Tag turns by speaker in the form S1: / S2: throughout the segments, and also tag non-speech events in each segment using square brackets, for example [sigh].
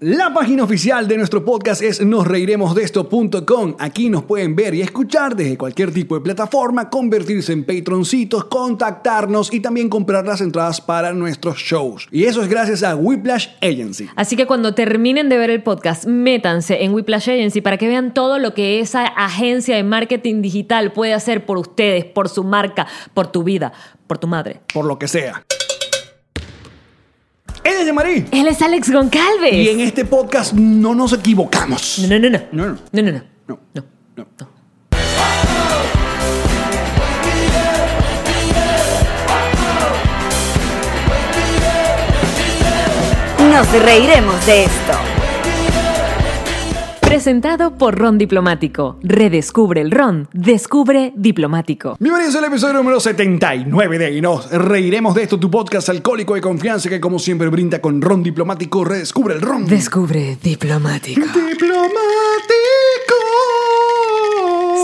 S1: La página oficial de nuestro podcast es nosreiremosdeesto.com. Aquí nos pueden ver y escuchar desde cualquier tipo de plataforma, convertirse en patroncitos, contactarnos y también comprar las entradas para nuestros shows. Y eso es gracias a Whiplash Agency.
S2: Así que cuando terminen de ver el podcast, métanse en Whiplash Agency para que vean todo lo que esa agencia de marketing digital puede hacer por ustedes, por su marca, por tu vida, por tu madre.
S1: Por lo que sea. Ella es Yamari.
S2: Él es Alex Goncalves.
S1: Y en este podcast no nos equivocamos.
S2: No, no, no, no.
S1: No, no.
S2: No, no, no.
S1: No.
S2: No.
S1: No.
S2: No.
S3: Nos reiremos de esto.
S2: Presentado por Ron Diplomático. Redescubre el Ron. Descubre Diplomático.
S1: Bienvenidos al episodio número 79 de Y nos reiremos de esto, tu podcast alcohólico de confianza que como siempre brinda con ron diplomático, redescubre el ron.
S2: Descubre Diplomático.
S1: diplomático.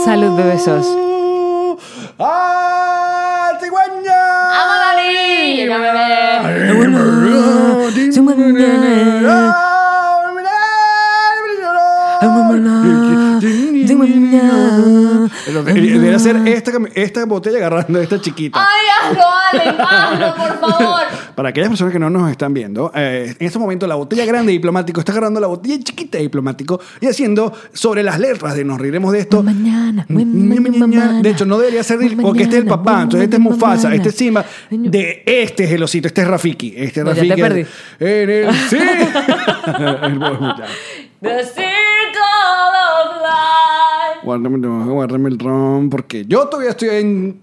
S2: Salud, bebesos.
S1: ¡A cigüeña! Debería hacer esta, cam- esta botella agarrando esta chiquita.
S2: ¡Ay, hazlo, Alex! ¡Hazlo, por favor!
S1: Para aquellas personas que no nos están viendo, eh, en este momento la botella grande de diplomático está agarrando la botella chiquita de diplomático y haciendo sobre las letras de nos riremos de esto.
S2: Mañana,
S1: Mm, mm, mañana. De hecho, no debería ser dil- porque este es el papá, entonces este es Mufasa, este es Simba. De este es el osito, este es Rafiki. Este es
S2: No, ya
S1: Rafiki.
S2: te perdí.
S1: En
S2: [laughs]
S1: el sí. [laughs] El bobo, ya.
S2: The Circle of Life.
S1: Guárdame, el- guárdame el ron, porque yo todavía estoy en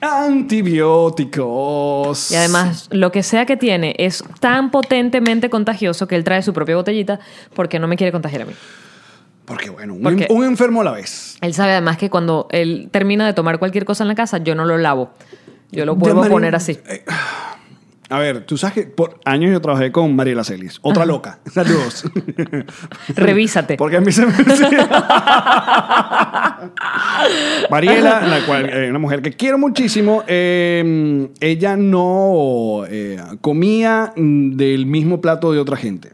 S1: antibióticos.
S2: Y además, lo que sea que tiene es tan potentemente contagioso que él trae su propia botellita porque no me quiere contagiar a mí.
S1: Porque bueno, un,
S2: Porque-
S1: un enfermo a la vez.
S2: Él sabe además que cuando él termina de tomar cualquier cosa en la casa, yo no lo lavo. Yo lo vuelvo a
S1: Mari-
S2: poner así.
S1: eh, A ver, tú sabes que por años yo trabajé con Mariela Celis, otra loca. [laughs] Saludos.
S2: [laughs] Revísate.
S1: Porque a mí se me... Mariela, la cual, eh, una mujer que quiero muchísimo, eh, ella no eh, comía mm, del mismo plato de otra gente.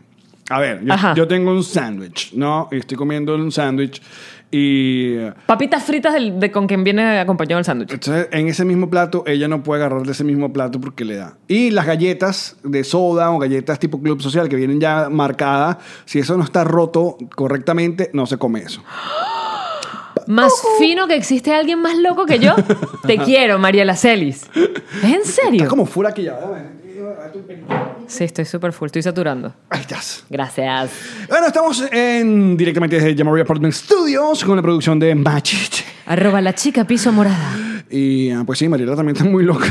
S1: A ver, yo,
S2: Ajá.
S1: yo tengo un sándwich, ¿no? Y Estoy comiendo un sándwich y... eh,
S2: Papitas fritas del- de con quien viene acompañado el sándwich.
S1: entonces, en ese mismo plato, ella no puede agarrar de ese mismo plato porque le da. Y las galletas de soda o galletas tipo club social que vienen ya marcadas, si eso no está roto correctamente, no se come eso.
S2: Más fino que existe alguien más loco
S1: [laughs]
S2: que yo. Te quiero, Mariela Celis. ¿Es en
S1: Estás
S2: serio?
S1: como full ¿eh? aquí ya.
S2: Sí, estoy súper full. Estoy saturando.
S1: Ahí estás.
S2: Gracias.
S1: Bueno, estamos en, directamente desde Yamari Apartment Studios con la producción de Machich.
S2: Arroba la chica piso morada.
S1: Y ah, pues sí, Mariela también está muy
S2: [laughs]
S1: loca.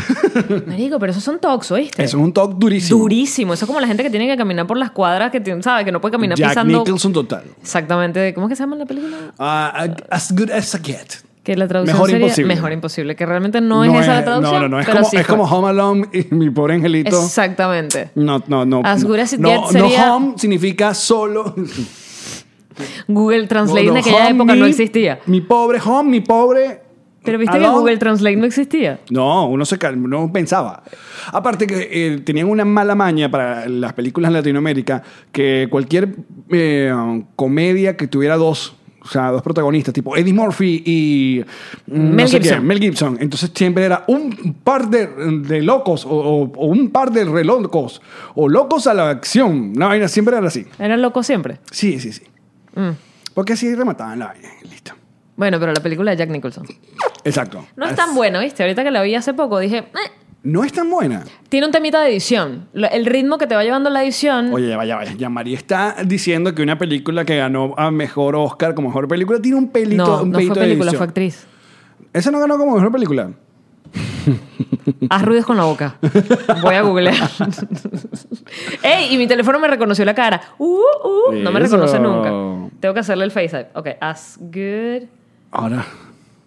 S2: Marico, pero esos son tox, ¿oíste?
S1: eso es un talk durísimo.
S2: Durísimo. Eso es como la gente que tiene que caminar por las cuadras, que tiene- sabe que no puede caminar
S1: Jack
S2: pisando.
S1: Nicholson total.
S2: Exactamente. ¿Cómo es que se llama la película?
S1: Ah, as good as I get.
S2: Que la traducción
S1: Mejor
S2: sería
S1: imposible.
S2: Mejor imposible. Que realmente no, es esa la traducción.
S1: No, no, no. Es,
S2: pero
S1: como,
S2: sí
S1: es
S2: fue.
S1: como Home Alone y mi pobre angelito.
S2: Exactamente.
S1: No, no, no.
S2: As
S1: no,
S2: good as it
S1: no,
S2: gets
S1: no
S2: sería-
S1: home significa solo.
S2: Google Translate
S1: No,
S2: en
S1: no,
S2: aquella
S1: home,
S2: época no
S1: mi-
S2: existía.
S1: Mi pobre home, mi pobre.
S2: Pero viste que
S1: alone.
S2: Google Translate no existía.
S1: No, uno se cal- no pensaba. Aparte que eh, tenían una mala maña para las películas en Latinoamérica que cualquier eh, comedia que tuviera dos, o sea, dos protagonistas, tipo Eddie Murphy y mm,
S2: Mel
S1: no sé quién,
S2: Gibson.
S1: Mel Gibson. Entonces siempre era un par de, de locos o, o- o un par de relocos o locos a la acción. La vaina siempre era así.
S2: Era loco siempre.
S1: Sí, sí, sí.
S2: Mm.
S1: Porque así remataban la vaina. y Listo.
S2: Bueno, pero la película de Jack Nicholson.
S1: Exacto.
S2: No es tan buena, ¿viste? Ahorita que la vi hace poco dije, "Eh".
S1: No es tan buena.
S2: tiene un temita de edición. Lo- El ritmo que te va llevando la edición.
S1: Oye, ya vaya, vaya. Ya María está diciendo que una película que ganó a mejor Oscar como mejor película tiene un pelito,
S2: no,
S1: un
S2: no
S1: pelito
S2: fue
S1: de
S2: película,
S1: edición.
S2: fue actriz.
S1: Esa no ganó como mejor película.
S2: Haz ruidos con la boca. Voy
S1: [laughs]
S2: a googlear. ¡Ey! Y mi teléfono me reconoció la cara. Uh, uh, no me
S1: Eso.
S2: reconoce nunca. Tengo que hacerle el face app. Ok, as good
S1: Ahora,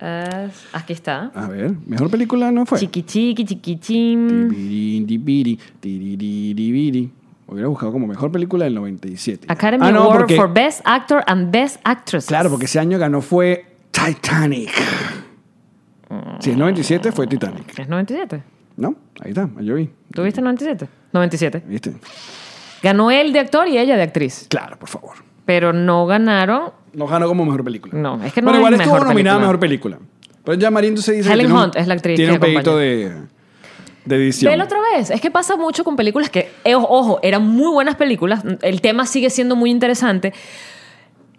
S2: as. Aquí está.
S1: a ver, mejor película no fue.
S2: Chiqui chiqui chiquichín.
S1: Tibiri, tibiri, tiriri, tibiri. Hubiera buscado como mejor película del 97.
S2: Academy
S1: Ah, no,
S2: Award
S1: porque-
S2: for Best Actor and Best Actress.
S1: Claro, porque ese año ganó fue Titanic. Si es 97, fue Titanic.
S2: Es 97.
S1: ¿No? Ahí está, ahí yo vi.
S2: ¿Tuviste 97? 97.
S1: ¿Viste?
S2: Ganó él de actor y ella de actriz.
S1: Claro, por favor.
S2: Pero no ganaron.
S1: No ganó como mejor película.
S2: No, es que no
S1: Pero
S2: es
S1: igual
S2: mejor
S1: estuvo nominada a
S2: película.
S1: mejor película. Pero ya María entonces dice. que
S2: Helen
S1: tiene un-
S2: Hunt es la actriz
S1: Tiene
S2: que
S1: un pedito de, de edición.
S2: Vela otra vez. Es que pasa mucho con películas que, eh, ojo, eran muy buenas películas. El tema sigue siendo muy interesante.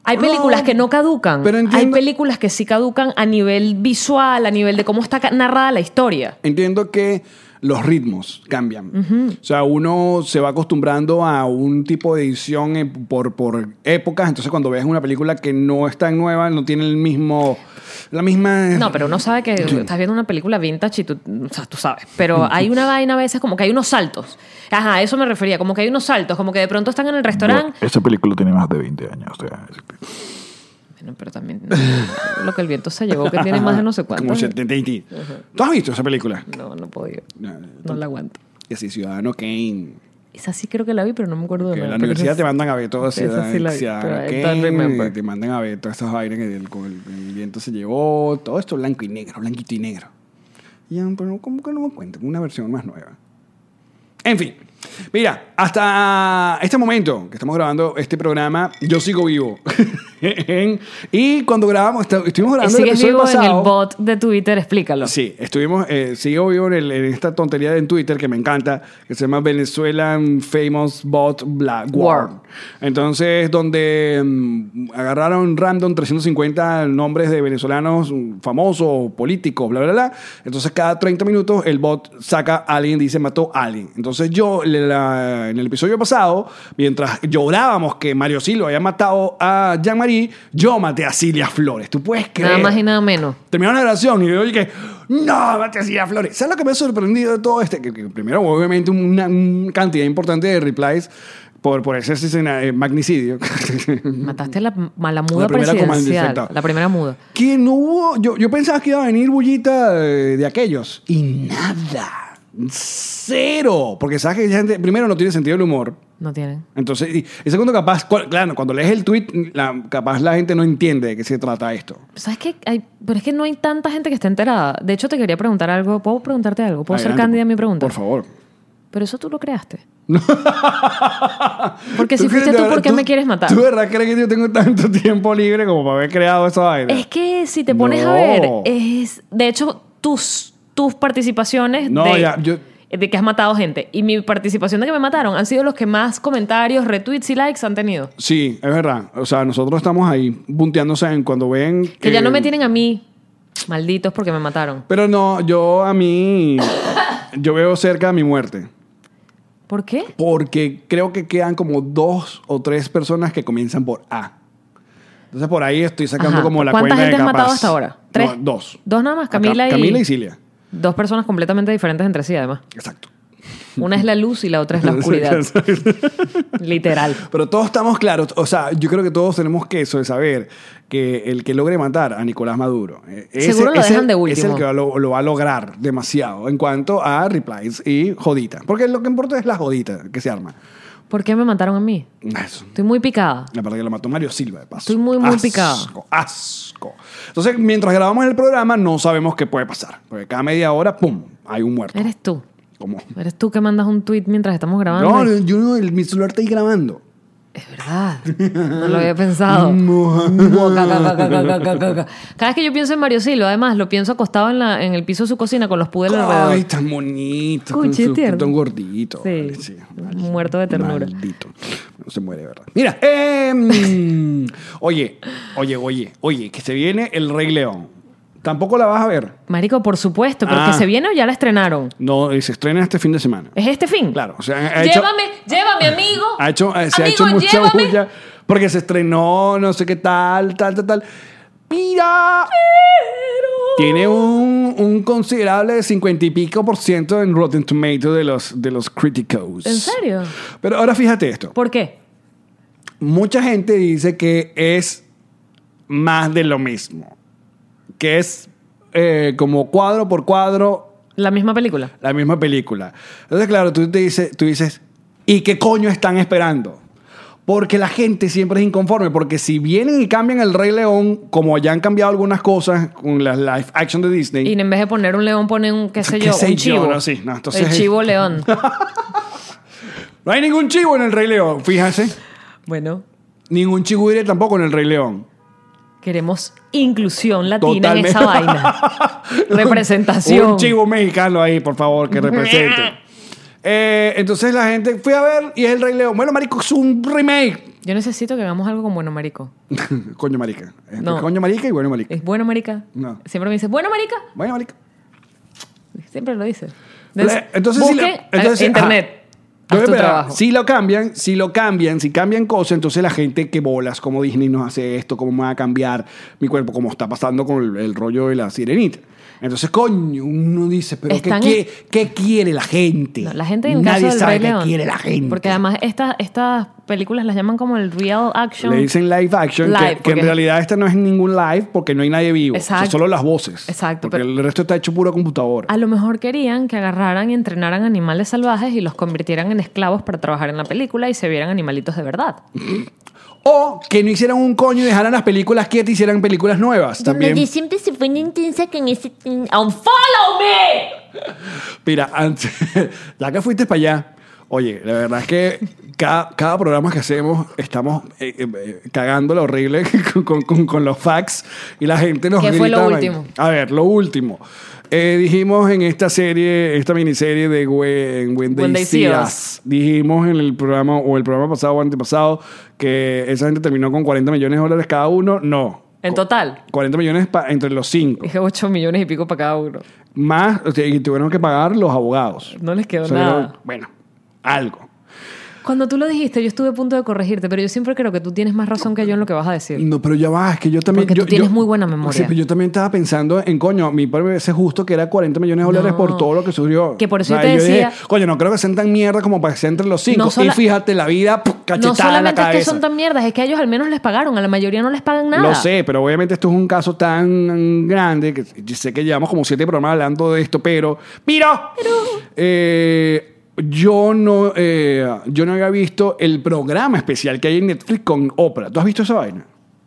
S2: Hay
S1: No,
S2: películas que no caducan.
S1: pero
S2: Hay
S1: entiendo-
S2: películas que sí caducan a nivel visual, a nivel de cómo está ca- narrada la historia.
S1: Entiendo que los ritmos cambian. O sea, uno se va acostumbrando a un tipo de edición eh, por, por épocas. Entonces, cuando ves una película que no es tan nueva, no tiene el mismo. La misma.
S2: No, pero uno sabe que estás viendo una película vintage y tú, o sea, tú sabes. Pero hay una vaina a veces como que hay unos saltos. Ajá, a eso me refería. Como que hay unos saltos. Como que de pronto están en el restaurante.
S4: Esa película tiene más de 20 años. o sea, es-
S2: Bueno, pero también lo que el viento se llevó, que tiene más de no sé
S1: Como
S2: cuántos.
S1: 70. ¿Tú has visto esa película?
S2: No, no podía.
S1: No, no,
S2: No la aguanto.
S1: Y así, Ciudadano Kane.
S2: Esa sí creo que la vi, pero no me acuerdo de
S1: Que en
S2: nada.
S1: la
S2: Pero
S1: universidad
S2: esa-
S1: te mandan a ver todo
S2: esa sí la vi, pero I eh,
S1: Kane,
S2: don't remember.
S1: te mandan a ver todas esas vainas que el, con el- el viento se llevó, todo esto blanco y negro, blanquito y negro. Y ya, pero ¿cómo que no me cuentan? Una versión más nueva. En fin, mira, hasta este momento que estamos grabando este programa, yo sigo vivo. [laughs] y cuando grabamos, esta- estuvimos
S2: Y
S1: grabando el
S2: sigues
S1: episodio
S2: vivo en
S1: pasado.
S2: el bot de Twitter, explícalo.
S1: Sí, estuvimos, eh, sigo vivo en, el- en esta tontería en Twitter que me encanta, que se llama Venezuelan Famous Bot Black War.
S2: War.
S1: Entonces, donde mm, agarraron random 350 nombres de venezolanos mm, famosos, políticos, bla, bla, bla. Entonces, cada 30 minutos el bot saca a alguien, dice mató a alguien. Entonces, yo le- la- en el episodio pasado, mientras llorábamos que Mario Silva había matado a Jean-Marie, yo maté a Cilia Flores. ¿Tú puedes creer?
S2: Nada más y nada menos.
S1: Terminó la grabación y yo dije, no, mate así a Flores. ¿Sabes lo que me ha sorprendido de todo este? Que, que primero, obviamente, una, una cantidad importante de replies por, por ese escena- eh, magnicidio. [laughs]
S2: Mataste a la, a la muda
S1: Mm. La primera
S2: presidencial.
S1: comandante,
S2: La primera muda.
S1: que no hubo, yo, yo pensaba que iba a venir bullita de, de aquellos. Y nada. Cero. Porque sabes que esa gente, primero, no tiene sentido el humor.
S2: No tienen.
S1: Entonces, y, y segundo, capaz, cual- claro, cuando lees el tweet, la- capaz la gente no entiende de qué se trata esto.
S2: ¿Sabes qué? Hay- pero es que no hay tanta gente que esté enterada. De hecho, te quería preguntar algo. ¿Puedo preguntarte algo? ¿Puedo ser
S1: Adelante,
S2: cándida en mi
S1: por-
S2: pregunta?
S1: Por favor.
S2: Pero eso tú lo creaste. Porque si
S1: crees
S2: fuiste
S1: de
S2: tú,
S1: verdad-
S2: ¿por qué me quieres matar?
S1: ¿Tú de verdad crees que yo tengo tanto [laughs] tiempo libre como para haber creado esa vaina?
S2: Es que si te pones
S1: No.
S2: a ver, es. De hecho, tus, tus participaciones
S1: No,
S2: de,
S1: ya, yo-
S2: de que has matado gente y mi participación de que me mataron han sido los que más comentarios, retweets y likes han tenido.
S1: Sí, es verdad. O sea, nosotros estamos ahí punteándose en cuando ven que...
S2: Que ya no me tienen a mí. Malditos porque me mataron.
S1: Pero no, yo a mí... yo veo cerca mi muerte.
S2: ¿Por qué?
S1: Porque creo que quedan como dos o tres personas que comienzan por A. Entonces por ahí estoy sacando
S2: Ajá.
S1: como la
S2: ¿Cuánta
S1: cuenta de
S2: gente has
S1: capaz.
S2: matado hasta ahora?
S1: No,
S2: ¿Tres?
S1: dos.
S2: Dos nada más,
S1: Acá-
S2: Camila y-
S1: Camila y Cilia.
S2: Dos personas completamente diferentes entre sí, además.
S1: Exacto.
S2: Una es la luz y la otra
S1: [laughs]
S2: es la oscuridad. Literal.
S1: Pero todos estamos claros, o sea, yo creo que todos tenemos que eso de saber que el que logre matar a Nicolás Maduro eh,
S2: Seguro lo dejan de
S1: es
S2: último.
S1: el que va- lo, lo va a lograr demasiado en cuanto a replies y jodita. Porque lo que importa es la jodita que se arma.
S2: ¿Por qué me mataron a mí?
S1: Eso.
S2: Estoy muy picada.
S1: La verdad que lo mató Mario Silva, de paso.
S2: Estoy muy, muy
S1: Asco,
S2: picado.
S1: Asco. Entonces, mientras grabamos el programa, no sabemos qué puede pasar. Porque cada media hora, ¡pum! Hay un muerto.
S2: Eres tú.
S1: Como...
S2: Eres tú que mandas un tweet mientras estamos grabando.
S1: No,
S2: y-
S1: yo no, el- mi celular está ahí grabando.
S2: Es verdad. No lo
S1: [laughs]
S2: había pensado. Cada vez que yo pienso en Mario Silva, además, lo pienso acostado en, la, en el piso de su cocina con los pubes
S1: Ay,
S2: alrededor.
S1: tan bonito.
S2: Cuchi,
S1: Con su
S2: tierno.
S1: pitón gordito.
S2: Sí.
S1: vale, sí, vale.
S2: Muerto de ternura.
S1: Maldito. No se muere, ¿verdad? Mira. em, [laughs] oye, oye, oye, oye, que se viene El Rey León. Tampoco la vas a ver.
S2: Marico, por supuesto, pero
S1: Ah.
S2: que se viene o ya la estrenaron.
S1: No, eh, se estrena este fin de semana.
S2: ¿Es este fin?
S1: Claro, o sea, ha hecho,
S2: llévame, llévame, amigo.
S1: ha hecho- eh, se ha
S2: Amigo,
S1: hecho mucha
S2: llévame.
S1: bulla porque se estrenó, no sé qué tal, tal, tal, tal. Mira, tiene un, un considerable cincuenta y pico por ciento en Rotten Tomatoes de los, de los críticos.
S2: ¿En serio?
S1: Pero ahora fíjate esto.
S2: ¿Por qué?
S1: Mucha gente dice que es más de lo mismo. Que es eh, como cuadro por cuadro
S2: La misma película.
S1: la misma película. Entonces, claro, tú, te dices, tú dices, ¿y qué coño están esperando? Porque la gente siempre es inconforme, porque si vienen y cambian el Rey León, como ya han cambiado algunas cosas con las live action de Disney,
S2: Y en vez de poner un león, ponen un, qué sé
S1: ¿Qué
S2: yo,
S1: sé
S2: un
S1: yo?
S2: chivo.
S1: No, sí, no, entonces-
S2: El chivo león.
S1: No hay ningún chivo en el Rey León, fíjense.
S2: [laughs] Bueno,
S1: Ningún chigüire tampoco en el Rey León.
S2: queremos inclusión latina en esa vaina.
S1: [laughs]
S2: Representación.
S1: Un chivo mexicano ahí, por favor, que
S2: [laughs]
S1: represente. Eh, entonces la gente fui a ver y es el Rey León. Bueno, marico, es un remake. [laughs]
S2: Yo necesito que hagamos algo con Bueno Marico.
S1: Coño marica. Entre
S2: No. Eh.
S1: Coño marica y bueno marica.
S2: ¿Es Bueno Marica?
S1: No.
S2: Siempre me dices, ¿Bueno Marica?
S1: Bueno marica.
S2: Siempre lo dices.
S1: Le- Entonces, si
S2: busque
S1: la- entonces,
S2: a- internet.
S1: ajá.
S2: Haz tu
S1: Entonces,
S2: trabajo.
S1: Si lo cambian, si lo cambian, si cambian cosas, entonces la gente que bolas, como Disney nos hace esto, cómo me va a cambiar mi cuerpo, como está pasando con el, el rollo de la sirenita. Entonces, coño, uno dice, pero ¿qué,
S2: Están
S1: quie- qué quiere la gente?
S2: No, la gente en el
S1: Nadie
S2: caso del
S1: sabe
S2: Rey
S1: qué
S2: León,
S1: quiere la gente.
S2: Porque además estas estas películas las llaman como el real action.
S1: le dicen live action, que-
S2: Live,
S1: que,
S2: porque-
S1: en realidad esta no es ningún live porque no hay nadie vivo. O sea,
S2: Exacto.
S1: solo las voces.
S2: Exacto,
S1: Porque
S2: pero-
S1: el resto está hecho puro computadora.
S2: A lo mejor querían que agarraran y entrenaran animales salvajes y los convirtieran en esclavos para trabajar en la película y se vieran animalitos de verdad.
S1: O que no hicieran un coño y dejaran las películas quietas y hicieran películas nuevas también.
S5: Donde siempre se pone intensa con ese... ¡Unfollow me!
S1: Mira, antes, [laughs] ya que fuiste para allá, oye, la verdad es que cada, cada programa que hacemos estamos eh, eh, cagando lo horrible [laughs] con, con- con- con los facts y la gente nos
S2: ¿Qué fue
S1: grita,
S2: lo
S1: "Ay".
S2: último?
S1: A ver, lo último. Eh, dijimos en esta serie, esta miniserie de When, When They,
S2: When They
S1: See
S2: See
S1: Us,
S2: Us.
S1: dijimos en el programa o el programa pasado o antepasado que esa gente terminó con 40 millones de dólares cada uno. No.
S2: En total.
S1: 40 millones pa- entre los cinco.
S2: Dije 8 millones y pico para cada uno.
S1: Más, o sea, y tuvieron que pagar los abogados.
S2: No les quedó
S1: O sea,
S2: nada.
S1: era- bueno, algo.
S2: Cuando tú lo dijiste, yo estuve a punto de corregirte, pero yo siempre creo que tú tienes más razón que yo en lo que vas a decir.
S1: No, pero ya va, es que yo también.
S2: Porque tú
S1: yo-
S2: tienes
S1: yo-
S2: muy buena memoria.
S1: Sí, pero yo también estaba pensando en, coño, mi padre me parece justo que era 40 millones de dólares
S2: No.
S1: por todo lo que sufrió.
S2: Que por eso
S1: O
S2: yo
S1: sea,
S2: te
S1: dije,
S2: decía-
S1: coño, no creo que sean tan mierda como para que sea entre los cinco.
S2: No
S1: y
S2: sola-
S1: fíjate, la vida, puf, cachetada
S2: No
S1: en la
S2: solamente es
S1: cabeza.
S2: que son tan mierdas, es que a ellos al menos les pagaron, a la mayoría no les pagan nada.
S1: Lo sé, pero obviamente esto es un caso tan grande que yo sé que llevamos como siete programas hablando de esto, pero. ¡Miro! Eh, yo no, eh, yo no había visto el programa especial que hay en Netflix con Oprah. ¿Tú has visto esa vaina?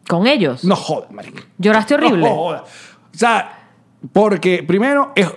S2: Con ellos.
S1: No jodas, marica.
S2: Lloraste horrible.
S1: No jodas. O sea, porque primero es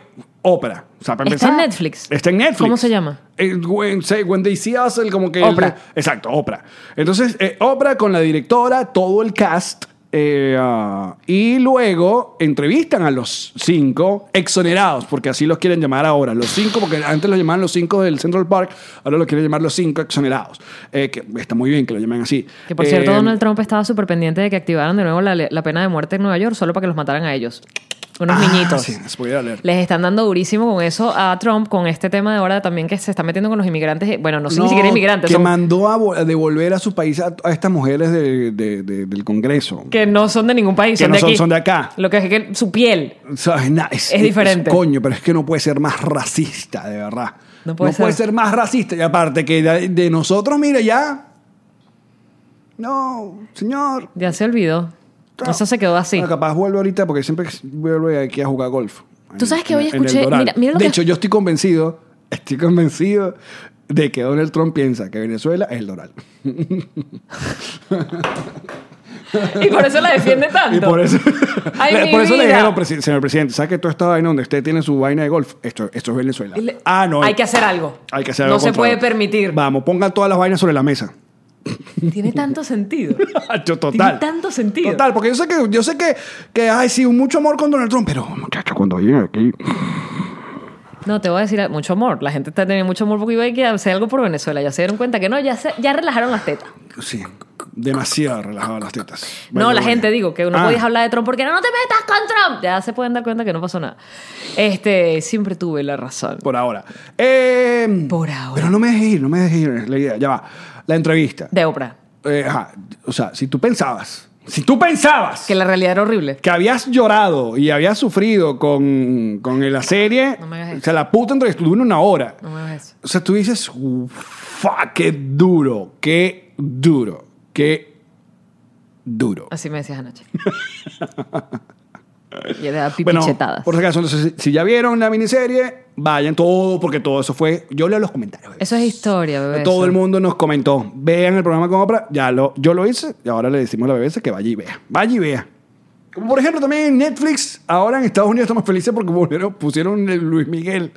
S1: Oprah. O sea, para
S2: Está
S1: empezar,
S2: en Netflix.
S1: Está en Netflix.
S2: ¿Cómo se llama?
S1: Eh, When, say- When They See Us, el como que... el-
S2: Oprah.
S1: exacto, Oprah. Entonces, eh, Oprah con la directora, todo el cast. eh, ah, y luego entrevistan a los cinco exonerados, porque así los quieren llamar ahora. Los cinco, porque antes los llamaban los cinco del Central Park, ahora los quieren llamar los cinco exonerados. Eh, que está muy bien que lo llamen así.
S2: Que por
S1: Eh,
S2: cierto, Donald Trump estaba súper pendiente de que activaran de nuevo la, la pena de muerte en Nueva York solo para que los mataran a ellos. Unos
S1: ah,
S2: niñitos.
S1: Sí, spoiler alert.
S2: Les están dando durísimo con eso a Trump, con este tema de ahora también que se está metiendo con los inmigrantes. Bueno, no, sé ni siquiera inmigrantes.
S1: Que
S2: son-
S1: mandó a, vo- a devolver a su país a, a estas mujeres de- de- de- del Congreso.
S2: que no son de ningún país,
S1: Que
S2: son
S1: no
S2: de
S1: son-
S2: aquí.
S1: son de acá.
S2: Lo que es que su piel.
S1: O sea, es, na-
S2: Es diferente.
S1: coño, pero es que no puede ser más racista, de verdad.
S2: No puede ser.
S1: más racista. Y aparte que de, de nosotros, mire, ya. No, señor.
S2: Ya se olvidó. Eso se quedó así.
S1: Bueno, capaz vuelve ahorita porque siempre vuelve aquí a jugar golf.
S2: Tú sabes que hoy
S1: en el
S2: escuché-
S1: Doral.
S2: mira- mira lo
S1: de
S2: que-
S1: hecho, yo estoy convencido, estoy convencido de que Donald Trump piensa que Venezuela es el Doral.
S2: [laughs] Y por eso la defiende
S1: [laughs]
S2: tanto.
S1: Y por eso,
S2: [laughs]
S1: [laughs]
S2: Ay,
S1: le-
S2: mi
S1: por eso le
S2: vida.
S1: dijeron, "Presi- señor presidente, ¿sabe que toda esta vaina donde usted tiene su vaina de golf? Esto, esto es Venezuela.
S2: Y le-
S1: ah, no.
S2: Hay que hacer algo.
S1: hay que hacer
S2: No
S1: algo
S2: se
S1: contra-
S2: puede permitir.
S1: Vamos, pongan todas las vainas sobre la mesa.
S2: [laughs] Tiene
S1: [laughs]
S2: tanto sentido.
S1: Yo, total.
S2: Tiene tanto sentido.
S1: Total, porque yo sé que, yo sé que, que ay, sí, mucho amor con Donald Trump, pero muchachos, cuando lleguen aquí.
S2: No, te voy a decir a- mucho amor. La gente está teniendo mucho amor porque iba a que hacer algo por Venezuela. Ya se dieron cuenta que no, ya, se- ya relajaron las tetas.
S1: Sí, demasiado relajadas las tetas.
S2: no, la gente, digo, que no
S1: Ah.
S2: podías hablar de Trump porque no, no te metas con Trump. Ya se pueden dar cuenta que no pasó nada. Este, siempre tuve la razón.
S1: Por ahora. Eh,
S2: Por ahora.
S1: Pero no me dejes ir, no me dejes ir. es La idea, ya va. La entrevista.
S2: De Oprah.
S1: Eh, ajá, o sea, si tú pensabas, si tú pensabas.
S2: Que la realidad era horrible.
S1: que habías llorado y habías sufrido con, con la serie,
S2: No me hagas eso.
S1: o sea, la puta entrevista duró una hora.
S2: No me hagas eso.
S1: O sea, tú dices, fuck, qué duro, qué duro, qué duro.
S2: Así me
S1: [laughs]
S2: decías anoche. y era
S1: Bueno,
S2: pipichetadas.
S1: por si acaso, entonces, si ya vieron la miniserie, vayan todo, porque todo eso fue. Yo leo los comentarios. bebés.
S2: Eso es historia, bebé.
S1: Todo
S2: eso.
S1: el mundo nos comentó. Vean el programa con Oprah. Ya lo, yo lo hice y ahora le decimos a la BBC que vaya y vea. Vaya y vea. Como por ejemplo también en Netflix. Ahora en Estados Unidos estamos felices porque volvieron- pusieron el Luis Miguel.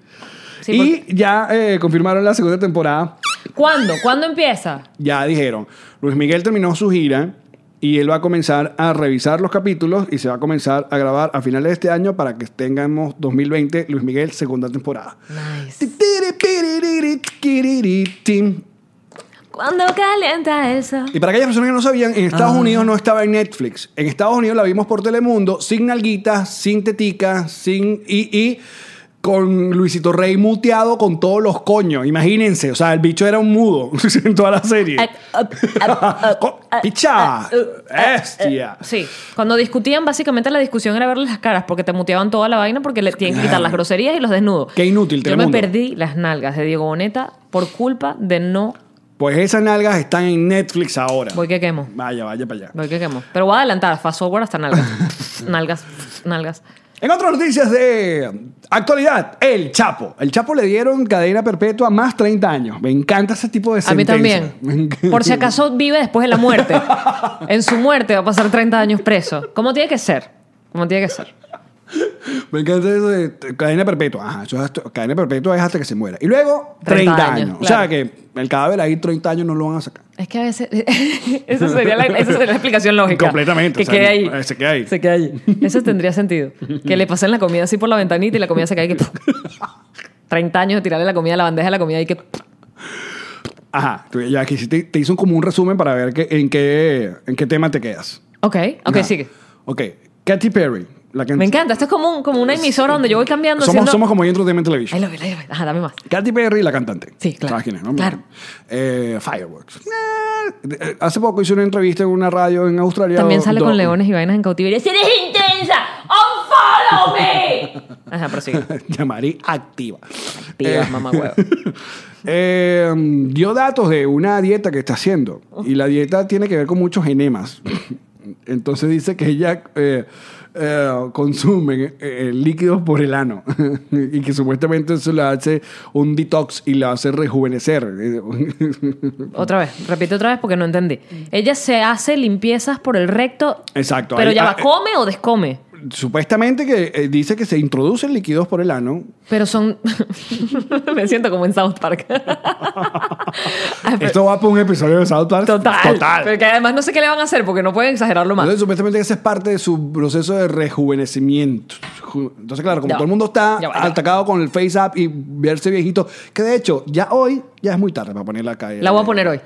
S2: Sí,
S1: y ya eh, confirmaron la segunda temporada.
S2: ¿Cuándo? ¿Cuándo empieza?
S1: Ya dijeron, Luis Miguel terminó su gira y él va a comenzar a revisar los capítulos y se va a comenzar a grabar a finales de este año para que tengamos 2020 Luis Miguel segunda temporada.
S2: Nice. Cuando calienta el sol.
S1: Y para aquellas personas que no sabían, en Estados
S2: Ah.
S1: Unidos no estaba en Netflix. En Estados Unidos la vimos por Telemundo, sin nalguitas, sin teticas, sin y, y con Luisito Rey muteado con todos los coños. Imagínense, o sea, el bicho era un mudo [laughs] en toda la serie.
S2: Ah, ah, ah, ah,
S1: [laughs] Co-
S2: ah,
S1: Picha,
S2: ah, ah,
S1: bestia.
S2: ah, Sí, cuando discutían, básicamente la discusión era verles las caras porque te muteaban toda la vaina porque le tienen que quitar las groserías y los desnudos.
S1: Qué inútil,
S2: Yo me
S1: Telemundo.
S2: perdí las nalgas de Diego Boneta por culpa de no.
S1: Pues esas nalgas están en Netflix ahora.
S2: Voy que quemo.
S1: Vaya, vaya para allá.
S2: Voy que quemo. Pero voy a adelantar, fast forward hasta nalgas.
S1: [laughs]
S2: nalgas, nalgas.
S1: En otras noticias de actualidad, el Chapo. El Chapo le dieron cadena perpetua más 30 años. Me encanta ese tipo de
S2: A mí
S1: sentencia.
S2: también.
S1: [laughs] Me encanta.
S2: Por si acaso vive después de la muerte. En su muerte va a pasar 30 años preso. Como tiene que ser. Como tiene que ser.
S1: Me encanta eso de t- cadena perpetua. Ajá, eso es hasta- cadena perpetua es hasta que se muera. Y luego 30,
S2: 30
S1: años.
S2: años,
S1: O sea
S2: claro.
S1: que el cadáver ahí 30 años no lo van a sacar.
S2: Es que a veces. [laughs] esa, sería la, esa sería la explicación lógica.
S1: Completamente,
S2: Que
S1: o sea,
S2: quede ahí.
S1: eh, se queda ahí.
S2: Se queda ahí. Eso tendría sentido. Que le pasen la comida así por la ventanita y la comida se cae. Que, [laughs] 30 años de tirarle la comida a la bandeja de la comida y que.
S1: Ajá. Tú Ya aquí sí te, te hizo como un resumen para ver que- en, qué, en qué tema te quedas.
S2: Ok, ok,
S1: Ajá.
S2: sigue.
S1: Ok. Katy Perry. La que
S2: Me encanta. Esto es como, un- como una emisora donde yo voy cambiando.
S1: Somos,
S2: haciendo-
S1: somos como Entertainment Television.
S2: Ay, lo vi, lo vi. Ajá, dame más.
S1: Katy Perry, la cantante.
S2: Sí, claro.
S1: ¿Sabes quién es, no?
S2: Claro.
S1: Eh, Fireworks. Eh, eh, Hace poco hice una entrevista en una radio en Australia.
S2: También
S1: do-
S2: sale
S1: do- [laughs]
S2: con leones y vainas en cautiverio.
S5: Si eres intensa, unfollow me.
S2: Ajá,
S1: [laughs]
S2: pero sigue.
S1: Llamaré activa.
S2: Activa,
S1: [laughs]
S2: mamahuevo.
S1: eh, dio datos de una dieta que está haciendo. Y la dieta tiene que ver con muchos enemas. [laughs] Entonces dice que ella eh, eh, consume eh, líquidos por el ano. [laughs] y que supuestamente eso la hace un detox y la hace rejuvenecer. Eh,
S2: Otra vez, repite otra vez porque no entendí. Ella se hace limpiezas por el recto.
S1: [laughs] Mm. Exacto.
S2: Pero
S1: Ahí-
S2: ya
S1: ah,
S2: va,
S1: eh.
S2: ¿come o descome?
S1: Supuestamente que eh, dice que se introducen líquidos por el ano.
S2: Pero son. [laughs] Me siento como en South
S1: [laughs]
S2: Park. Ay, Ah, pero-
S1: Esto va por un episodio de South Park.
S2: total.
S1: Total.
S2: Pero que además no sé qué le van a hacer porque no pueden exagerarlo más.
S1: Entonces, supuestamente ese es parte de su proceso de rejuvenecimiento. Ju- Entonces, claro, como
S2: Ya va.
S1: todo el mundo está
S2: Ya va, ya va.
S1: atacado con el face up y verse viejito, que de hecho, ya hoy, ya es muy tarde para poner la calle.
S2: La voy a poner hoy.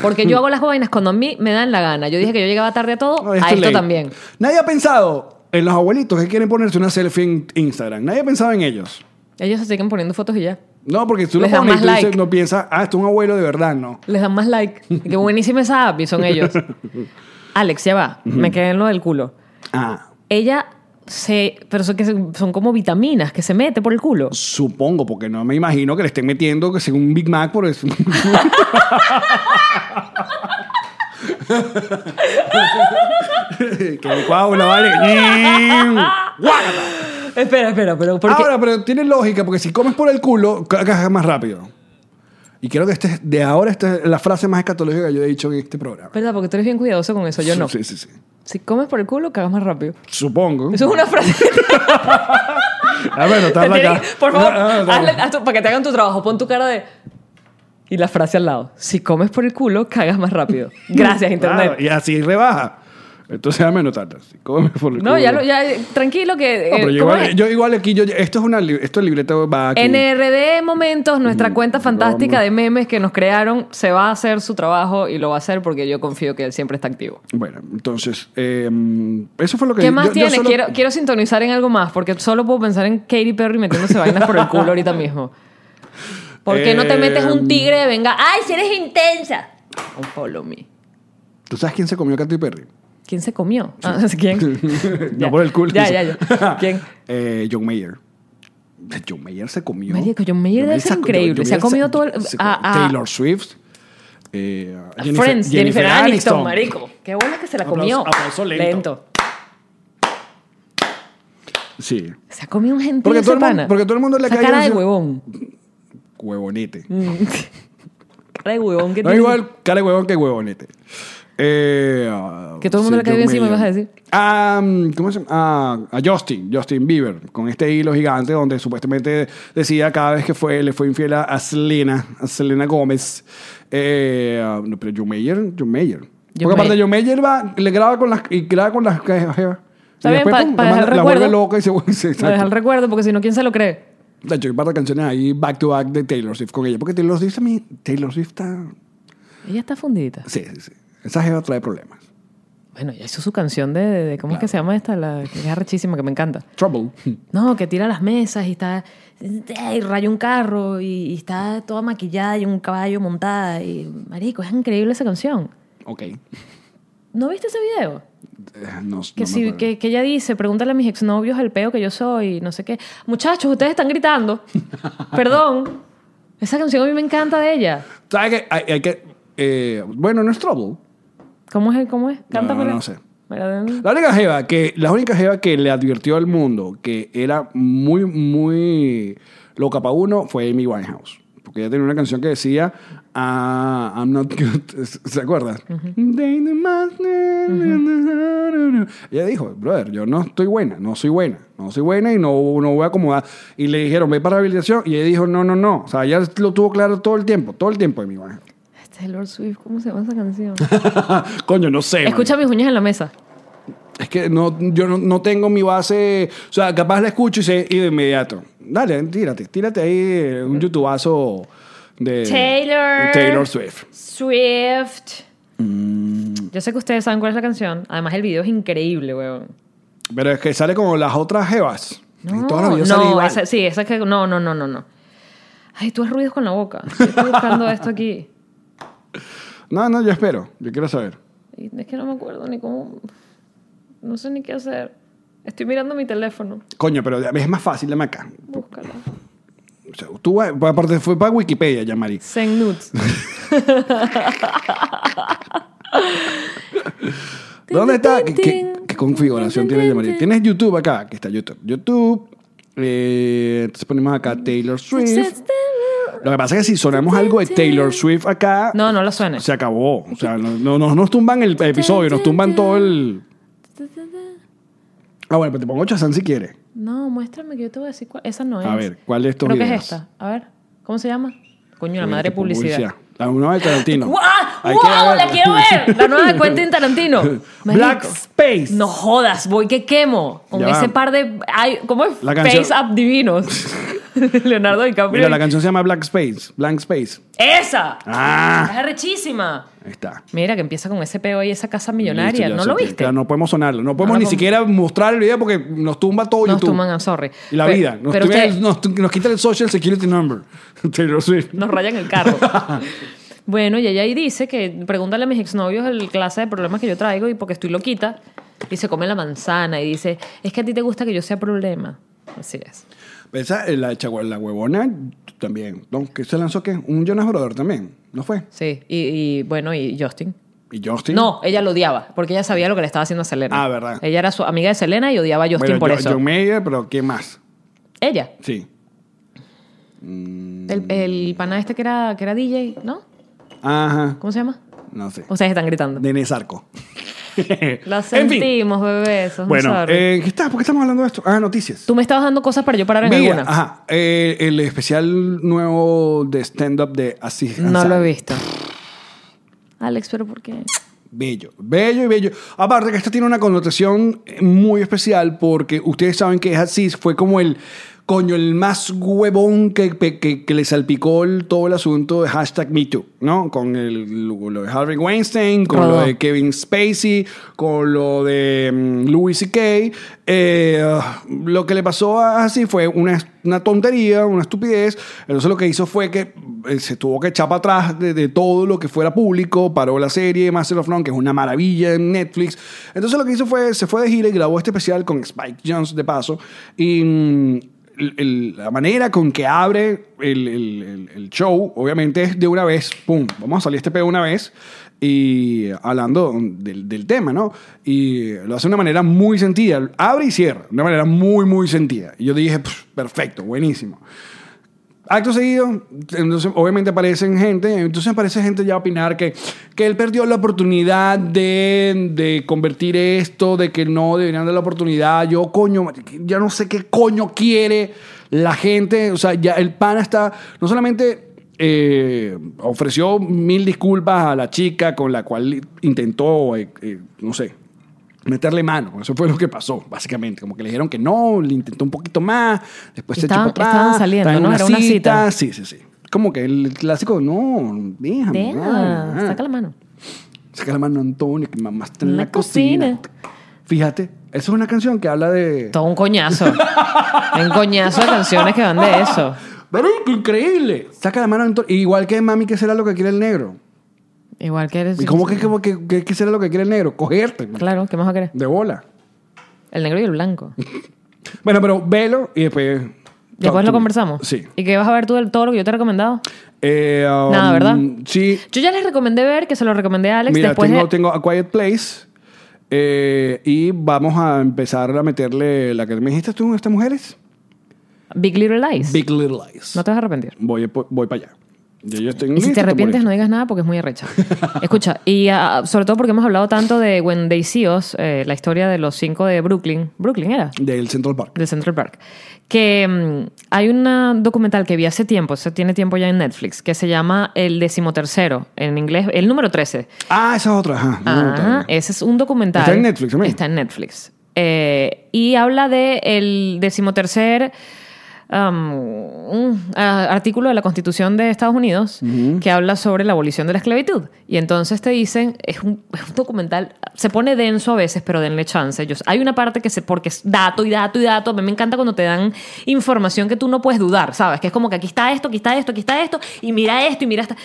S2: Porque yo hago las vainas cuando a mí me dan la gana. Yo dije que yo llegaba tarde a todo,
S1: No,
S2: a
S1: es too
S2: esto
S1: late.
S2: también.
S1: Nadie ha pensado en los abuelitos que quieren ponerse una selfie en Instagram. Nadie ha pensado en ellos.
S2: Ellos se siguen poniendo fotos y ya.
S1: No, porque tú lo
S2: Les dan
S1: pones y
S2: más
S1: tú dices-
S2: like.
S1: no piensas, ah, esto es un abuelo de verdad, no.
S2: Les dan más like. Y Qué buenísima esa app y
S1: [laughs]
S2: son ellos. Alex, ya va. Me quedé en lo del culo.
S1: Ah,
S2: Ella se. Pero son, que se- son como vitaminas que se mete por el culo.
S1: Supongo, porque no me imagino que le estén metiendo que sea un Big Mac por eso. [laughs] que licuado, la vale. Guácala.
S2: Espera, espera, pero. Porque,
S1: ahora, pero tiene lógica, porque si comes por el culo, cagas más rápido. Y creo que este es- de ahora esta es la frase más escatológica que yo he dicho en este programa.
S2: ¿Verdad? Porque tú eres bien cuidadoso con eso. Yo no.
S1: Sí, sí, sí.
S2: Si comes por el culo, cagas más rápido.
S1: Supongo.
S2: Eso es una frase.
S1: Ah,
S2: [laughs]
S1: bueno, está
S2: Te tienen-
S1: acá.
S2: Por favor,
S1: Ah, ah, está
S2: hazle-
S1: bien.
S2: haz tu- para que te hagan tu trabajo, pon tu cara de. Y la frase al lado. Si comes por el culo, cagas más
S1: [laughs]
S2: rápido. Gracias, internet.
S1: Claro, y así rebaja. Entonces, a menos tarde. Si comes por el
S2: no, ya,
S1: culo.
S2: lo- ya, eh, tranquilo que.
S1: No,
S2: eh,
S1: pero yo
S2: ¿cómo
S1: igual,
S2: es?
S1: yo igual aquí, yo, esto es una li- esto es libreta va aquí. Mm,
S2: NRD Momentos, nuestra cuenta fantástica
S1: vamos.
S2: de memes que nos crearon, se va a hacer su trabajo y lo va a hacer porque yo confío que él siempre está activo.
S1: Bueno, entonces, eh, eso fue lo que
S2: ¿Qué más
S1: yo- yo
S2: tienes?
S1: solo-
S2: Quiero, quiero sintonizar en algo más porque solo puedo pensar en Katy Perry metiéndose vainas por el culo ahorita mismo. ¿Por qué no te
S1: Eh,
S2: metes un tigre de venga?
S5: Ay, si eres intensa.
S2: Un follow me.
S1: ¿Tú sabes quién se comió a Katy
S2: [laughs]
S1: Perry?
S2: ¿Quién se comió? Ah, ¿Quién?
S1: [laughs] no
S2: Ya.
S1: por el culo.
S2: Ya, ya, ya. ¿Quién?
S1: [laughs] Eh, John Mayer. John Mayer se comió.
S2: Marico, John Mayer debe ser
S1: sacó-
S2: increíble.
S1: John
S2: Se ha
S1: Mayer
S2: comido todo el-
S1: se-
S2: a- a-
S1: Taylor Swift. eh, a Jennifer-
S2: Friends, Jennifer, Aniston, marico. Qué bueno que se la
S1: Aplauso-
S2: comió.
S1: aplauso lento. Sí.
S2: Se ha comido un gentil
S1: Porque
S2: ese
S1: todo el mundo-
S2: pana.
S1: porque todo el mundo le
S2: Esa
S1: cae
S2: cara
S1: un-
S2: de huevón.
S1: Huevonete.
S2: cara de huevón que
S1: No
S2: tiene.
S1: igual cara de huevón que huevonete. este. Eh, ah,
S2: Que todo el mundo le cae
S1: Joe
S2: bien encima,
S1: Mayer.
S2: vas a decir.
S1: A, mm, ¿Cómo se llama? A, a Justin, Justin Bieber, con este hilo gigante donde supuestamente decía cada vez que fue, le fue infiel a- a Selena, a Selena Gómez. Eh, ah, no, pero Joe Mayer, Joe Mayer. Porque aparte
S2: Mayer.
S1: Joe Mayer va, le graba con las, y graba con las jeva. Y
S2: Está bien,
S1: después,
S2: pa-
S1: pum,
S2: para
S1: la
S2: dejar
S1: manda- la
S2: recuerdo.
S1: vuelve loca y se vuelve. [laughs] se-
S2: Para dejar el
S1: exacto.
S2: recuerdo, porque si no, ¿quién se lo cree?
S1: De hecho, hay un par de canciones ahí back to back de Taylor Swift con ella. Porque Taylor Swift también. Taylor Swift está.
S2: Ella está fundidita.
S1: Sí, sí, sí. Esa jeva trae problemas.
S2: Bueno, ya hizo su canción de... de- de- ¿Cómo es que se llama esta? La que es arrechísima, que me encanta.
S1: Trouble.
S2: No, que tira las mesas y está... Y raya un carro y, y está toda maquillada y un caballo montada. Y, marico, es increíble esa canción.
S1: Ok. Eh,
S2: ¿No viste ese video?
S1: No,
S2: Que,
S1: no me
S2: si-
S1: acuerdo.
S2: que, que ella dice, pregúntale a mis exnovios el peo que yo soy, no sé qué. Muchachos, ustedes
S1: [laughs]
S2: están gritando. Perdón. Esa canción a mí me encanta de ella.
S1: ¿Sabes qué? Hay, hay que. eh, bueno, no es Trouble.
S2: ¿Cómo es? el- ¿Cómo es? Cántame.
S1: no sé. La única jeva que, la única jeva que le advirtió al mundo que era muy, muy loca para uno fue Amy Winehouse. Porque ella tenía una canción que decía ah, I'm not good. [laughs] ¿Se acuerdan? They the man- Ella dijo, brother, yo no estoy buena, no soy buena, no soy buena y no, no voy a acomodar. Y le dijeron, ve para rehabilitación. Y ella dijo, no, no, no. O sea, ella lo tuvo claro todo el tiempo, todo el tiempo Amy Winehouse. [laughs]
S2: Este es Lord Swift, ¿cómo se llama esa canción?
S1: Coño, no sé. man.
S2: Escucha mis uñas en la mesa.
S1: Es que no, yo no, no tengo mi base. O sea, capaz la escucho y sé y de inmediato. Dale, tírate, tírate ahí eh, un youtubazo de
S2: Taylor.
S1: Taylor Swift.
S2: Swift.
S1: Mm.
S2: Yo sé que ustedes saben cuál es la canción. Además, el video es increíble, weón.
S1: Pero es que sale como las otras jevas.
S2: No,
S1: Y todas las videos salen
S2: no,
S1: igual.
S2: esa, sí, esa que... No, no, no, no, no. Ay, tú has ruidos con la boca. Yo estoy buscando esto aquí.
S1: No, no, yo espero. Yo quiero saber.
S2: Y es que no me acuerdo ni cómo. No sé ni qué hacer. Estoy mirando mi teléfono.
S1: Coño, pero es más fácil, dame acá.
S2: Búscala.
S1: O sea, tú, vas- aparte, fue para Wikipedia, ya, Mari.
S2: Send nudes.
S1: ¿Dónde está? ¿Qué,
S2: tin,
S1: qué-
S2: tin.
S1: qué configuración tiene Yamari? Tienes YouTube acá, que está YouTube. YouTube. Eh, entonces ponemos acá Taylor Swift. Lo que pasa es que si sonamos algo de Taylor Swift acá,
S2: No, no lo suene.
S1: se acabó. O sea, no, no- no- nos tumban el episodio, nos tumban todo el. Ah, bueno, pero te pongo Chazán si quieres.
S2: No, muéstrame que yo te voy a decir cuál. Esa no es.
S1: A ver, ¿cuál de estos
S2: Creo que es
S1: videos?
S2: esta. A ver, ¿cómo se llama?
S1: Eh,
S2: Coño, la madre de publicidad.
S1: La nueva de
S2: [laughs]
S1: Tarantino.
S2: ¡Ah!
S1: Hay que
S2: ¡Wow! ¡La
S1: verla.
S2: quiero
S1: [laughs]
S2: ver! La nueva de Quentin Tarantino. Marico.
S1: Black Space.
S2: No jodas, voy que quemo. Con
S1: Ya
S2: ese
S1: va.
S2: par de. Ay, ¿Cómo es?
S1: La canción-
S2: Face Up Divinos. [laughs] Leonardo DiCaprio.
S1: Mira, la canción se llama Black Space. Blank Space.
S2: ¡Esa!
S1: Ah,
S2: Es arrechísima.
S1: ahí está.
S2: Mira, que empieza con ese peo y esa casa millonaria.
S1: Listo, ya
S2: ¿No
S1: sé
S2: lo
S1: que-
S2: viste?
S1: ya no podemos sonarlo. No podemos
S2: lo
S1: ni
S2: podemos.
S1: siquiera mostrar el video porque nos tumba todo
S2: Nos
S1: YouTube.
S2: tuman, I'm sorry.
S1: Y la
S2: Pero-
S1: vida. Nos,
S2: pero
S1: tumba-
S2: usted-
S1: nos, nos quita el Social Security Number. [laughs] Taylor Swift.
S2: Nos rayan
S1: [laughs]
S2: el carro. bueno, y ella ahí dice que pregúntale a mis exnovios el clase de problemas que yo traigo y porque estoy loquita. Y se come la manzana y dice, es que a ti te gusta que yo sea problema. Así es.
S1: Esa, eh, la, chagua- la huevona también. ¿no? ¿Qué se lanzó qué? Un Jonas Brother también. ¿No fue?
S2: Sí, y, y, bueno, y Justin.
S1: ¿Y Justin?
S2: No, ella lo odiaba, porque ella sabía lo que le estaba haciendo a Selena.
S1: Ah, verdad.
S2: Ella era su amiga de Selena y odiaba a
S1: Bueno,
S2: Justin por
S1: Jo-
S2: eso.
S1: John Mayer, pero ¿quién más?
S2: Ella,
S1: Sí.
S2: el, el pana este que era, que era DJ, ¿no?
S1: Ajá.
S2: ¿Cómo se llama?
S1: No sé.
S2: Ustedes están gritando.
S1: Nene
S2: [laughs]
S1: Sarco.
S2: Lo
S1: En fin.
S2: sentimos, bebé. Eso es un
S1: Bueno,
S2: sorry.
S1: eh, ¿qué está? ¿por qué estamos hablando de esto? Ah, noticias.
S2: Tú me estabas dando cosas para yo parar en
S1: Mira,
S2: alguna.
S1: ajá, eh, el especial nuevo de stand-up de Asís
S2: No lo he
S1: Ansari.
S2: visto. Alex, pero ¿por qué?
S1: Bello, bello y bello. Aparte que esta tiene una connotación eh, muy especial porque ustedes saben que Asís fue como el coño, el más huevón que, pe- que- que le salpicó el- todo el asunto de hashtag MeToo, ¿no? Con el, lo, lo de Harvey Weinstein, con lo
S2: Rodó.
S1: de Kevin Spacey, con lo de mm, Louis C.K. Eh, ah, lo que le pasó a Asís fue una, una tontería, una estupidez. Entonces lo que hizo fue que eh, se tuvo que echar para atrás de, de todo lo que fuera público, paró la serie Master of None, que es una maravilla en Netflix. Entonces lo que hizo fue, se fue de gira y grabó este especial con Spike Jones de paso. Y mm, el- el- la manera con que abre el, el- el- el show, obviamente es de una vez, ¡pum! Vamos a salir este pedo una vez y hablando del, del tema, ¿no? Y lo hace de una manera muy sentida, abre y cierra, de una manera muy, muy sentida. Y yo dije, "Pff, perfecto, buenísimo. acto seguido, entonces, obviamente aparecen gente, entonces aparece gente ya a opinar que, que él perdió la oportunidad de, de convertir esto, de que no deberían dar la oportunidad. Yo, coño, ya no sé qué coño quiere la gente. O sea, ya el pana está, no solamente eh, ofreció mil disculpas a la chica con la cual intentó, eh, eh, no sé, meterle mano. Eso fue lo que pasó, básicamente. Como que le dijeron que no, le intentó un poquito más, después
S2: Estaban-
S1: se echó para atrás.
S2: estaban saliendo,
S1: estaban en
S2: ¿no? Era una cita.
S1: Sí, sí, sí. Como que el clásico, no, déjame.
S2: Deja,
S1: ah,
S2: saca la mano.
S1: saca la mano Antonio, que mamá está en
S2: En
S1: la,
S2: la
S1: cocina.
S2: cocina.
S1: Fíjate, esa es una canción que habla de...
S2: Todo un coñazo. Hay un coñazo de canciones que van de eso.
S1: ¡Marico, increíble! Saca la mano Antonio. Igual que Mami, ¿qué será lo que quiere el negro?
S2: Igual que eres.
S1: ¿Y cómo que, cómo que, que- qué será lo que quiere el negro? Cogerte.
S2: Claro, ¿qué más va a querer?
S1: De bola.
S2: El negro y el blanco.
S1: Bueno, pero velo y después...
S2: Después lo conversamos.
S1: Sí.
S2: ¿Y qué vas a ver tú del todo lo que yo te he recomendado?
S1: Eh, um,
S2: Nada, ¿verdad?
S1: Sí.
S2: Yo ya les recomendé ver, que se lo recomendé a Alex
S1: Mira,
S2: después
S1: tengo,
S2: de.
S1: tengo A Quiet Place eh, y vamos a empezar a meterle la que me dijiste tú, estas mujeres.
S2: Big Little Lies.
S1: Big Little Lies.
S2: No te vas a arrepentir.
S1: Voy, voy para allá. Yo, yo estoy pues.
S2: Y si
S1: listo,
S2: te arrepientes,
S1: estoy
S2: no digas nada porque es
S1: [laughs]
S2: muy arrecha. Escucha, y ah, sobre todo porque hemos hablado tanto de When They See Us, eh, la historia de los cinco de Brooklyn. ¿Brooklyn era?
S1: molesto. Del Central Park.
S2: de Central Park. Que mm, hay un documental que vi hace tiempo, se tiene tiempo ya en Netflix, que se llama El decimotercero, en inglés, el número 13.
S1: Ah, esa es otra. Ajá. No, no,
S2: Ajá,
S1: está bien.
S2: ese es un documental.
S1: Está en Netflix también.
S2: Está en Netflix. Eh, y habla de el decimotercer um, un, ah, artículo de la Constitución de Estados Unidos que habla sobre la abolición de la esclavitud. Y entonces te dicen, es un, es un documental, se pone denso a veces, pero denle chance. Yo- hay una parte que se, porque es dato y dato y dato, a mí me encanta cuando te dan información que tú no puedes dudar, ¿sabes? Que es como que aquí está esto, aquí está esto, aquí está esto, y mira esto, y mira esta.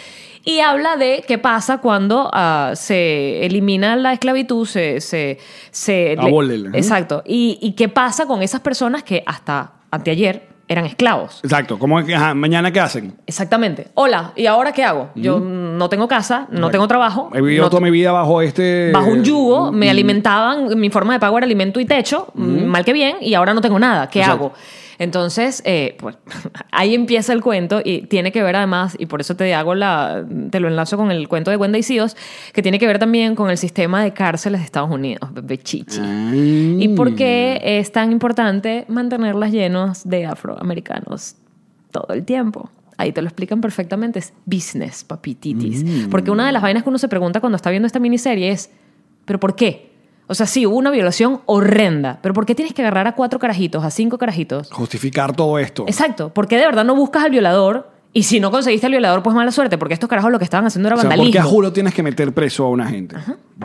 S2: Y habla de qué pasa cuando ah, se elimina la esclavitud, se... se, se le-
S1: Abólela, ¿eh?
S2: Exacto. Y, y qué pasa con esas personas que hasta anteayer eran esclavos.
S1: Exacto. ¿Cómo es que- ajá, mañana qué hacen?
S2: Exactamente. Hola, ¿y ahora qué hago? Yo no tengo casa, no tengo trabajo.
S1: He vivido
S2: no
S1: toda mi vida bajo este.
S2: bajo un yugo, me
S1: Mm,
S2: alimentaban, mi forma de pago era alimento y techo, mm, mal que bien, y ahora no tengo nada, ¿qué
S1: Exacto.
S2: hago? Entonces, eh, pues [laughs] ahí empieza el cuento y tiene que ver además, y por eso te hago la, te lo enlazo con el cuento de Wendy Seals, que tiene que ver también con el sistema de cárceles de Estados Unidos, bebé chichi. ¿Y por qué
S1: Mm.
S2: es tan importante mantenerlas llenas de afroamericanos todo el tiempo? Ahí te lo explican perfectamente. Es business, papititis.
S1: Mm.
S2: Porque una de las vainas que uno se pregunta cuando está viendo esta miniserie es, ¿pero por qué? O sea, sí, hubo una violación horrenda, pero ¿por qué tienes que agarrar a cuatro carajitos, a cinco carajitos?
S1: Justificar todo esto.
S2: Exacto. ¿Por qué de verdad no buscas al violador? Y si no conseguiste al violador, pues mala suerte, porque estos carajos lo que estaban haciendo era
S1: O sea,
S2: vandalismo.
S1: porque a juro tienes que meter preso a una gente.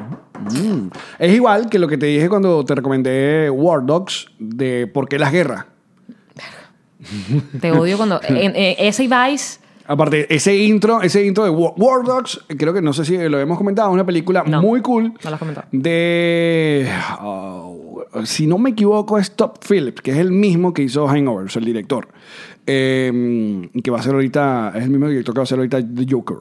S1: Mm. Es igual que lo que te dije cuando te recomendé War Dogs de por qué las guerras.
S2: Te
S1: [laughs]
S2: odio cuando... en- en- ese y Vice...
S1: Aparte, ese intro, ese intro de War, War Dogs, creo que no sé si lo hemos comentado, es una película
S2: No,
S1: muy cool.
S2: no la has comentado.
S1: De. oh, si no me equivoco, es Top Phillips, que es el mismo que hizo Hangover, es el director. Eh, que va a ser ahorita. Es el mismo director que va a hacer ahorita The Joker.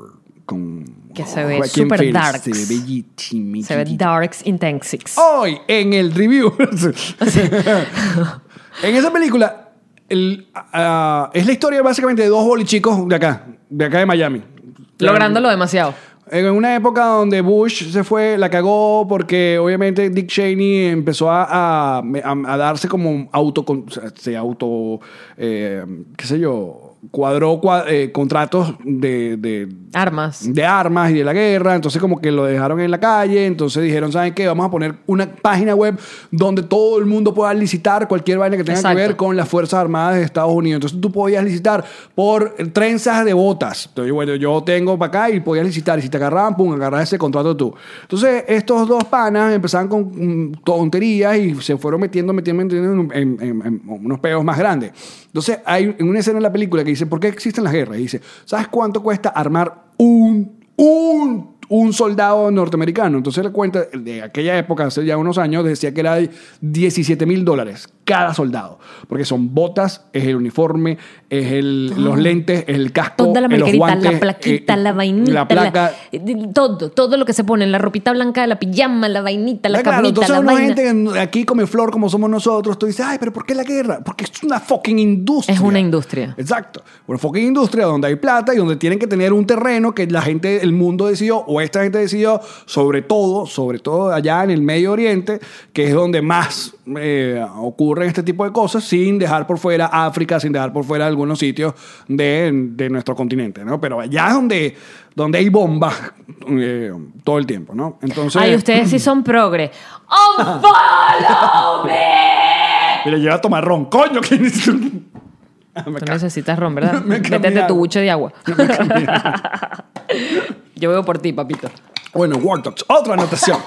S1: Con
S2: Que se ve
S1: Joaquin
S2: super
S1: Phoenix.
S2: darks.
S1: Se ve bellísimo,
S2: Se ve
S1: chiquitito.
S2: Darks Intensics.
S1: Hoy en el review. [laughs] en esa película el, ah, es la historia básicamente de dos bolichicos de acá, de acá de Miami.
S2: Lográndolo demasiado.
S1: En una época donde Bush se fue, la cagó porque obviamente Dick Cheney empezó a, a- a- a darse como auto, se auto, eh, qué sé yo, cuadró cua- eh, contratos de- de,
S2: Armas.
S1: de armas y de la guerra, entonces como que lo dejaron en la calle, entonces dijeron, ¿saben qué? Vamos a poner una página web donde todo el mundo pueda licitar cualquier vaina que tenga
S2: Exacto.
S1: que ver con las Fuerzas Armadas de Estados Unidos. Entonces tú podías licitar por trenzas de botas. Entonces, bueno, yo tengo para acá y podías licitar, y si te agarraban, pum, agarras ese contrato tú. Entonces estos dos panas empezaron con mm, tonterías y se fueron metiendo, metiendo, metiendo en, en- en unos peos más grandes. Entonces hay una escena en la película que dice, ¿por qué existen las guerras? Y dice, ¿sabes cuánto cuesta armar un, un, un soldado norteamericano. Entonces la cuenta de aquella época, hace ya unos años, decía que era de 17 mil dólares. cada soldado. Porque son botas, es el uniforme, es el, los lentes, es el casco,
S2: Ah. Toda la
S1: es los
S2: marquerita,
S1: guantes,
S2: la plaquita,
S1: eh,
S2: la vainita,
S1: la placa.
S2: eh, eh, todo, todo lo que se pone, la ropita blanca, la pijama, la vainita, la
S1: Ya, claro,
S2: camita,
S1: entonces
S2: la
S1: una
S2: vaina.
S1: gente que aquí come flor como somos nosotros, tú dices, ay, pero ¿por qué la guerra? Porque es una fucking industria.
S2: Es una industria.
S1: Exacto. Una fucking industria donde hay plata y donde tienen que tener un terreno que la gente, el mundo decidió, o esta gente decidió, sobre todo, sobre todo allá en el Medio Oriente, que es donde más eh, ocurren este tipo de cosas, sin dejar por fuera África, sin dejar por fuera algunos sitios de, de nuestro continente, ¿no? Pero allá es donde, donde hay bombas eh, todo el tiempo, ¿no? Entonces...
S2: Ay, ustedes sí son progre. [laughs] ¡Unfollow ¡Oh, me!
S1: Y le lleva a tomar ron. ¡Coño! que- [laughs] Ah, Me
S2: Tú
S1: cago.
S2: necesitas ron, ¿verdad?
S1: Me cambiaron.
S2: Métete tu buche de agua. Yo veo por ti, papito.
S1: [laughs] bueno, War Dogs, otra anotación.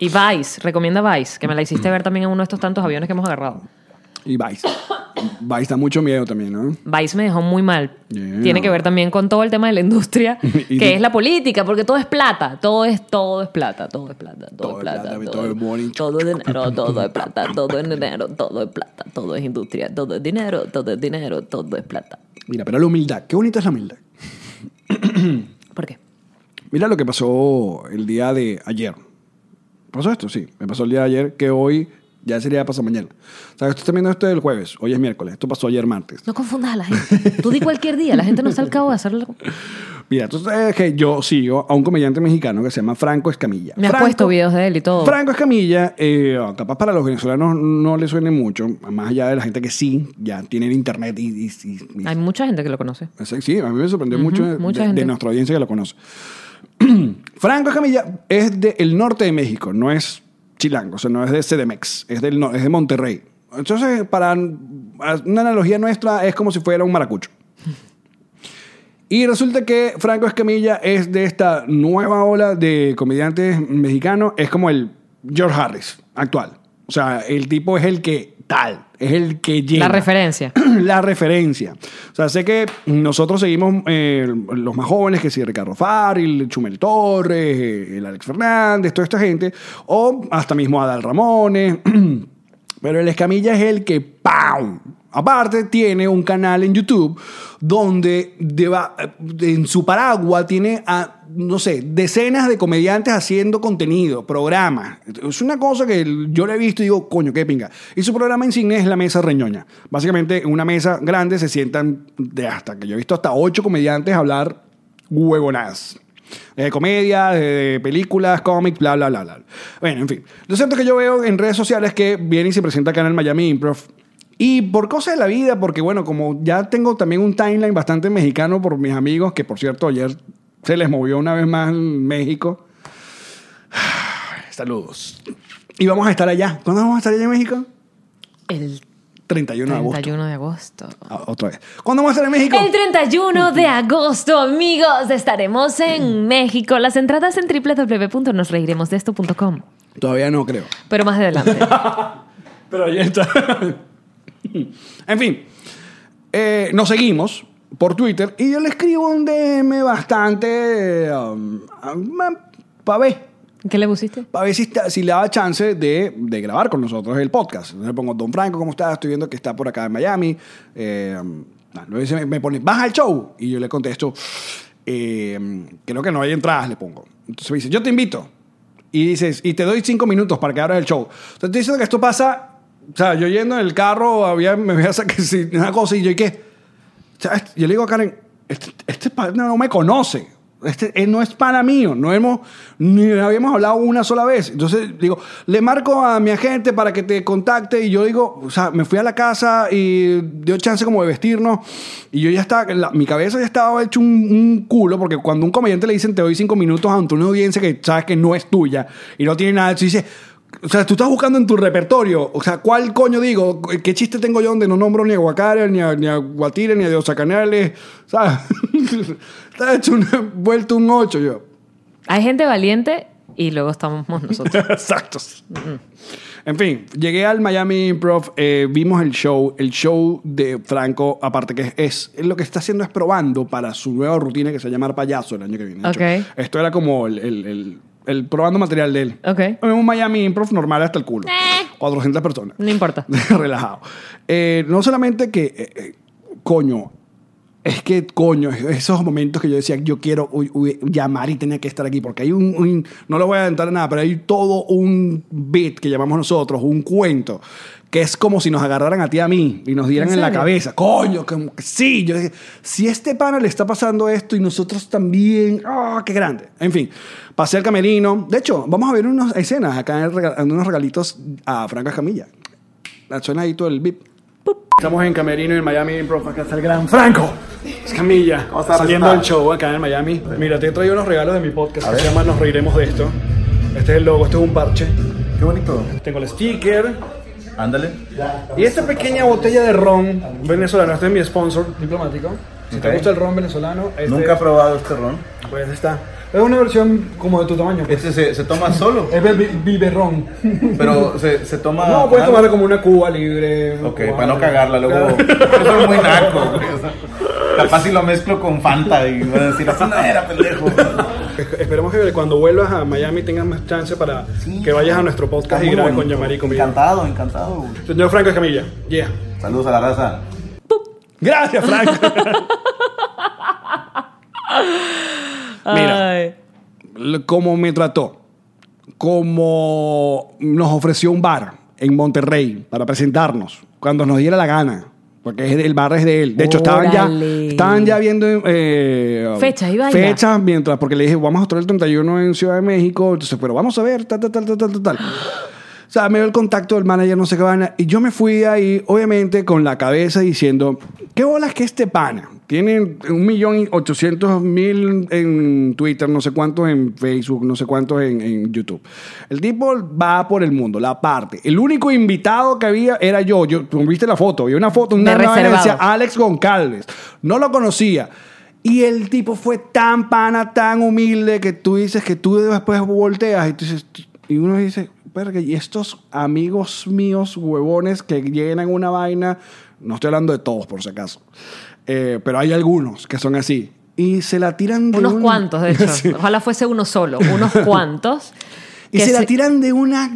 S2: Y Vice, recomienda Vice, que me la hiciste ver también en uno de estos tantos aviones que hemos agarrado.
S1: Y Vice. Vice da mucho miedo también, ¿no?
S2: Vice me dejó muy mal.
S1: Yeah.
S2: Tiene que ver también con todo el tema de la industria,
S1: [laughs] Y
S2: que
S1: de-
S2: es la política, porque todo es plata, todo es todo es plata, todo es plata, todo,
S1: Todo es
S2: es plata,
S1: plata,
S2: todo,
S1: todo es morning.
S2: todo es dinero, todo es plata, todo es dinero, todo es plata, todo es industria, todo es dinero, todo es dinero, todo es plata.
S1: Mira, pero la humildad. Qué bonita es la humildad.
S2: ¿Por qué?
S1: Mira lo que pasó el día de ayer. ¿Pasó esto? Sí. Me pasó el día de ayer que hoy ya sería pasado mañana. O sea, estoy están viendo esto el jueves. Hoy es miércoles. Esto pasó ayer martes.
S2: No confundas a la gente. Tú di cualquier día, la gente no está al cabo de hacerlo.
S1: Mira, entonces es que yo sigo a un comediante mexicano que se llama Franco Escamilla.
S2: Me has
S1: Franco-
S2: puesto videos de él y todo.
S1: Franco Escamilla, eh, capaz para los venezolanos no le suene mucho, más allá de la gente que sí, ya tienen internet y... y- y- y-
S2: Hay mucha gente que lo conoce.
S1: sí, a mí me sorprendió mucho de,
S2: mucha
S1: de
S2: gente.
S1: nuestra audiencia que lo conoce. [clears throat] Franco Escamilla es del norte de México, no es chilango, o sea, no es de CDMX, es, del, no- es de Monterrey. Entonces, para una analogía nuestra, es como si fuera un
S2: [laughs]
S1: maracucho. Y resulta que Franco Escamilla es de esta nueva ola de comediantes mexicanos. Es como el George Harris actual. O sea, el tipo es el que tal, es el que llega.
S2: La referencia.
S1: [clears throat] La referencia. O sea, sé que nosotros seguimos eh, los más jóvenes, que si Ricardo Farril, Chumel Torres, eh, el Alex Fernández, toda esta gente, o hasta mismo Adal Ramones. [clears throat] Pero el Escamilla es el que ¡pam! Aparte, tiene un canal en YouTube donde deba- en su paraguas tiene a, no sé, decenas de comediantes haciendo contenido, programas. Es una cosa que yo le he visto y digo, coño, qué pinga. Y su programa insignia es la mesa reñoña. Básicamente, en una mesa grande se sientan de hasta, que yo he visto hasta ocho comediantes hablar huevonadas. De comedias, de, de películas, cómics, bla, bla, bla, bla. Bueno, en fin. Lo cierto es que yo veo en redes sociales que viene y se presenta acá en el Miami Improv. Y por cosas de la vida, porque bueno, como ya tengo también un timeline bastante mexicano por mis amigos, que por cierto ayer se les movió una vez más en México. [sighs] Saludos. Y vamos a estar allá. ¿Cuándo vamos a estar allá en México?
S2: El
S1: 31 de agosto.
S2: 31 de agosto.
S1: Ah, otra vez. ¿Cuándo vamos a estar en México?
S2: El 31 de agosto, amigos, estaremos en México. Las entradas en www.nosreiremosdeesto.com.
S1: Todavía no creo.
S2: Pero más adelante.
S1: Pero ya está. [laughs] en fin, eh, nos seguimos por Twitter y yo le escribo un DM bastante para ver,
S2: [laughs] ¿Qué le pusiste?
S1: para ver si, está- si le daba chance de, de grabar con nosotros el podcast. Entonces le pongo, Don Franco, ¿cómo estás? Estoy viendo que está por acá en Miami. Eh, nah, luego dice- me pone, ¿vas al show? Y yo le contesto, eh, creo que no hay entradas, le pongo. Entonces me dice, yo te invito. Y dices, y te doy cinco minutos para que abras el show. Entonces estoy diciendo que esto pasa, o sea, yo yendo en el carro, había, me voy a sacar sí, [laughs] una cosa y yo, ¿y qué? O sea, este- yo le digo a Karen, este, este pana no me conoce. Este, él no es pana mío. No hemos, ni habíamos hablado una sola vez. Entonces, digo, le marco a mi agente para que te contacte. Y yo digo, o sea, me fui a la casa y dio chance como de vestirnos. Y yo ya estaba, la- mi cabeza ya estaba hecho un, un culo. Porque cuando a un comediante le dicen, te doy cinco minutos ante una audiencia que sabes que no es tuya y no tiene nada, tú dices, o sea, tú estás buscando en tu repertorio. O sea, ¿cuál coño digo? ¿Qué chiste tengo yo donde no nombro ni a Guacare, ni a, ni a Guatire, ni a Diosa Canales? [laughs] ¿Sabes? Está hecho una, vuelto un ocho yo. [laughs]
S2: Hay gente valiente y luego estamos nosotros.
S1: Exactos. En fin, llegué al Miami Improv, eh, vimos el show, el show de Franco, aparte que es, es- él lo que está haciendo es probando para su nueva rutina que se va a llamar Payaso el año que viene. De hecho,
S2: Ok.
S1: Esto era como el, el- el- el probando material de él.
S2: Ok. Eh.
S1: Un Miami Improv normal hasta el culo. 400 personas.
S2: No importa.
S1: relajado. Eh, no solamente que, eh, eh, coño, es que, coño, esos momentos que yo decía, yo quiero uy, uy, llamar y tenía que estar aquí, porque hay un, un- no lo voy a adelantar nada, pero hay todo un bit que llamamos nosotros, un cuento, que es como si nos agarraran a ti y a mí y nos dieran
S2: ¿En
S1: en, la
S2: serio?
S1: cabeza, coño, como que sí, yo dije, si este pana le está pasando esto y nosotros también, ¡ah, qué grande! En fin, pasé al camerino, de hecho, vamos a ver unas escenas acá, en rega- en unos regalitos a Franca Camilla. La suena ahí todo el bip. Estamos en Camerino en Miami Improv, acá está el gran Franco Escamilla, saliendo del show acá en Miami. Mira, te he traído unos regalos de mi podcast que se llama Nos Reiremos de Esto. Este es el logo, este es un parche.
S6: Qué bonito. Este-
S1: Tengo el sticker
S6: Ándale.
S1: y esta pequeña botella de ron venezolano. Este es mi sponsor diplomático. Si te
S6: Ok.
S1: gusta el ron venezolano, este
S6: Nunca he probado este ron.
S1: pues está. Es una versión como de tu tamaño. pues.
S6: Este se, se toma solo,
S1: Es bebi- biberrón.
S6: pero se, se toma.
S1: No, puedes
S6: ah,
S1: tomarlo como una cuba libre. una
S6: Ok,
S1: cubana.
S6: para no cagarla, luego. [laughs] Yo soy muy naco, güey. o sea, Capaz si lo mezclo con Fanta y van a decir, así no era, pendejo.
S1: Espe- Esperemos que cuando vuelvas a Miami tengas más chance para
S6: Sí.
S1: que vayas a nuestro podcast
S6: Está
S1: y
S6: muy
S1: grabes
S6: bonito.
S1: con Yamari conmigo.
S6: Encantado, encantado. güey.
S1: Señor Franco Escamilla, yeah.
S6: Saludos a la raza.
S1: Gracias, [laughs] Franco. [laughs] Mira.
S2: Ay.
S1: Cómo me trató, cómo nos ofreció un bar en Monterrey para presentarnos, cuando nos diera la gana. Porque es de- el bar es de él. De hecho, estaban ya,
S2: Órale.
S1: estaban ya viendo eh,
S2: Fechas y vainas.
S1: Fechas mientras, porque le dije, vamos a estar el 31 en Ciudad de México. Entonces, pero vamos a ver, tal, tal, tal, tal, tal, tal, tal. O sea, me dio el contacto del manager, no sé qué vaina. Y yo me fui ahí, obviamente, con la cabeza diciendo, ¿qué bolas que este pana? Tiene un millón y ochocientos mil en Twitter, no sé cuántos en Facebook, no sé cuántos en, en YouTube. El tipo va por el mundo, la parte. El único invitado que había era yo. yo tú viste la foto, había una foto, una
S2: De
S1: vaina que
S2: reservado.
S1: decía Alex Goncalves. No lo conocía. Y el tipo fue tan pana, tan humilde, que tú dices que tú después volteas y tú dices, y uno dice, "Verga, y estos amigos míos, huevones, que llenan una vaina, no estoy hablando de todos por si acaso, eh, pero hay algunos que son así. Y se la tiran de
S2: Unos
S1: un-
S2: cuantos, de hecho.
S1: [laughs] Sí.
S2: Ojalá fuese uno solo.
S1: [laughs]
S2: Unos cuantos.
S1: Y
S2: que
S1: se, la tiran de una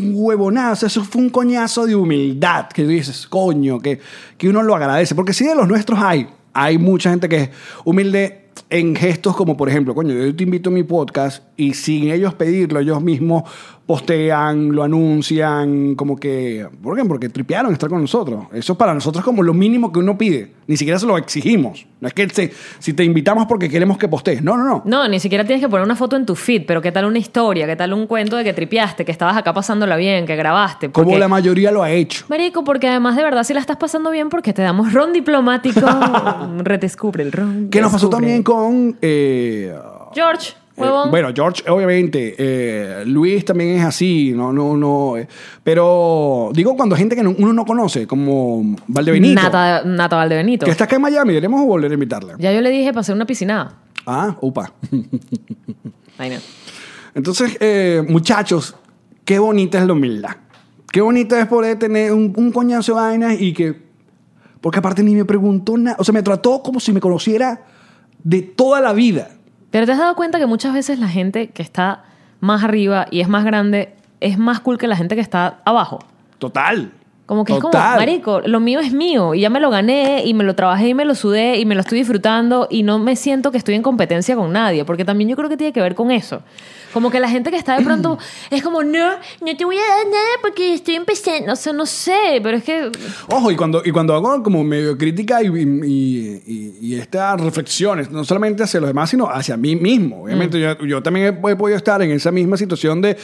S1: huevonada. O sea, eso fue un coñazo de humildad. Que tú dices, coño, que, que uno lo agradece. Porque sí, de los nuestros hay. Hay mucha gente que es humilde en gestos como, por ejemplo, coño, yo te invito a mi podcast y sin ellos pedirlo, ellos mismos postean, lo anuncian, como que... ¿Por qué? Porque tripearon estar con nosotros. Eso es para nosotros como lo mínimo que uno pide. Ni siquiera se lo exigimos. No es que se- si te invitamos porque queremos que postees. No, no, no.
S2: No, ni siquiera tienes que poner una foto en tu feed, pero qué tal una historia, qué tal un cuento de que tripeaste, que estabas acá pasándola bien, que grabaste.
S1: Como
S2: porque-
S1: la mayoría lo ha hecho.
S2: Marico, porque además de verdad si la estás pasando bien porque te damos ron diplomático, [laughs] redescubre el ron.
S1: Que nos pasó
S2: descubre.
S1: también con. eh,
S2: George,
S1: eh,
S2: huevón.
S1: bueno, George, obviamente. eh, Luis también es así, no, no, no. eh, pero digo cuando gente que no- uno no conoce, como Valdebenito.
S2: Nata, Nata Valdebenito.
S1: Que está acá en Miami, iremos a volver a invitarla.
S2: Ya yo le dije para hacer una piscinada.
S1: Ah, upa.
S2: Ay, no.
S1: Entonces, eh, muchachos, qué bonita es la humildad. Qué bonita es poder tener un, un coñazo de vainas y que. Porque aparte ni me preguntó nada. O sea, me trató como si me conociera de toda la vida.
S2: Pero te has dado cuenta que muchas veces la gente que está más arriba y es más grande es más cool que la gente que está abajo.
S1: Total.
S2: Como que es como,
S1: Total.
S2: marico, lo mío es mío y ya me lo gané y me lo trabajé y me lo sudé y me lo estoy disfrutando y no me siento que estoy en competencia con nadie, porque también yo creo que tiene que ver con eso. Como que la gente que está
S1: [clears throat]
S2: de pronto es como, no,
S5: No te voy a dar nada porque estoy empezando.
S2: o sea, no sé, pero es que
S1: Ojo, y cuando, y cuando hago como medio crítica y, y- y- y- y estas reflexiones, no solamente hacia los demás, sino hacia mí mismo. Obviamente, yo, yo también he, he podido estar en esa misma situación de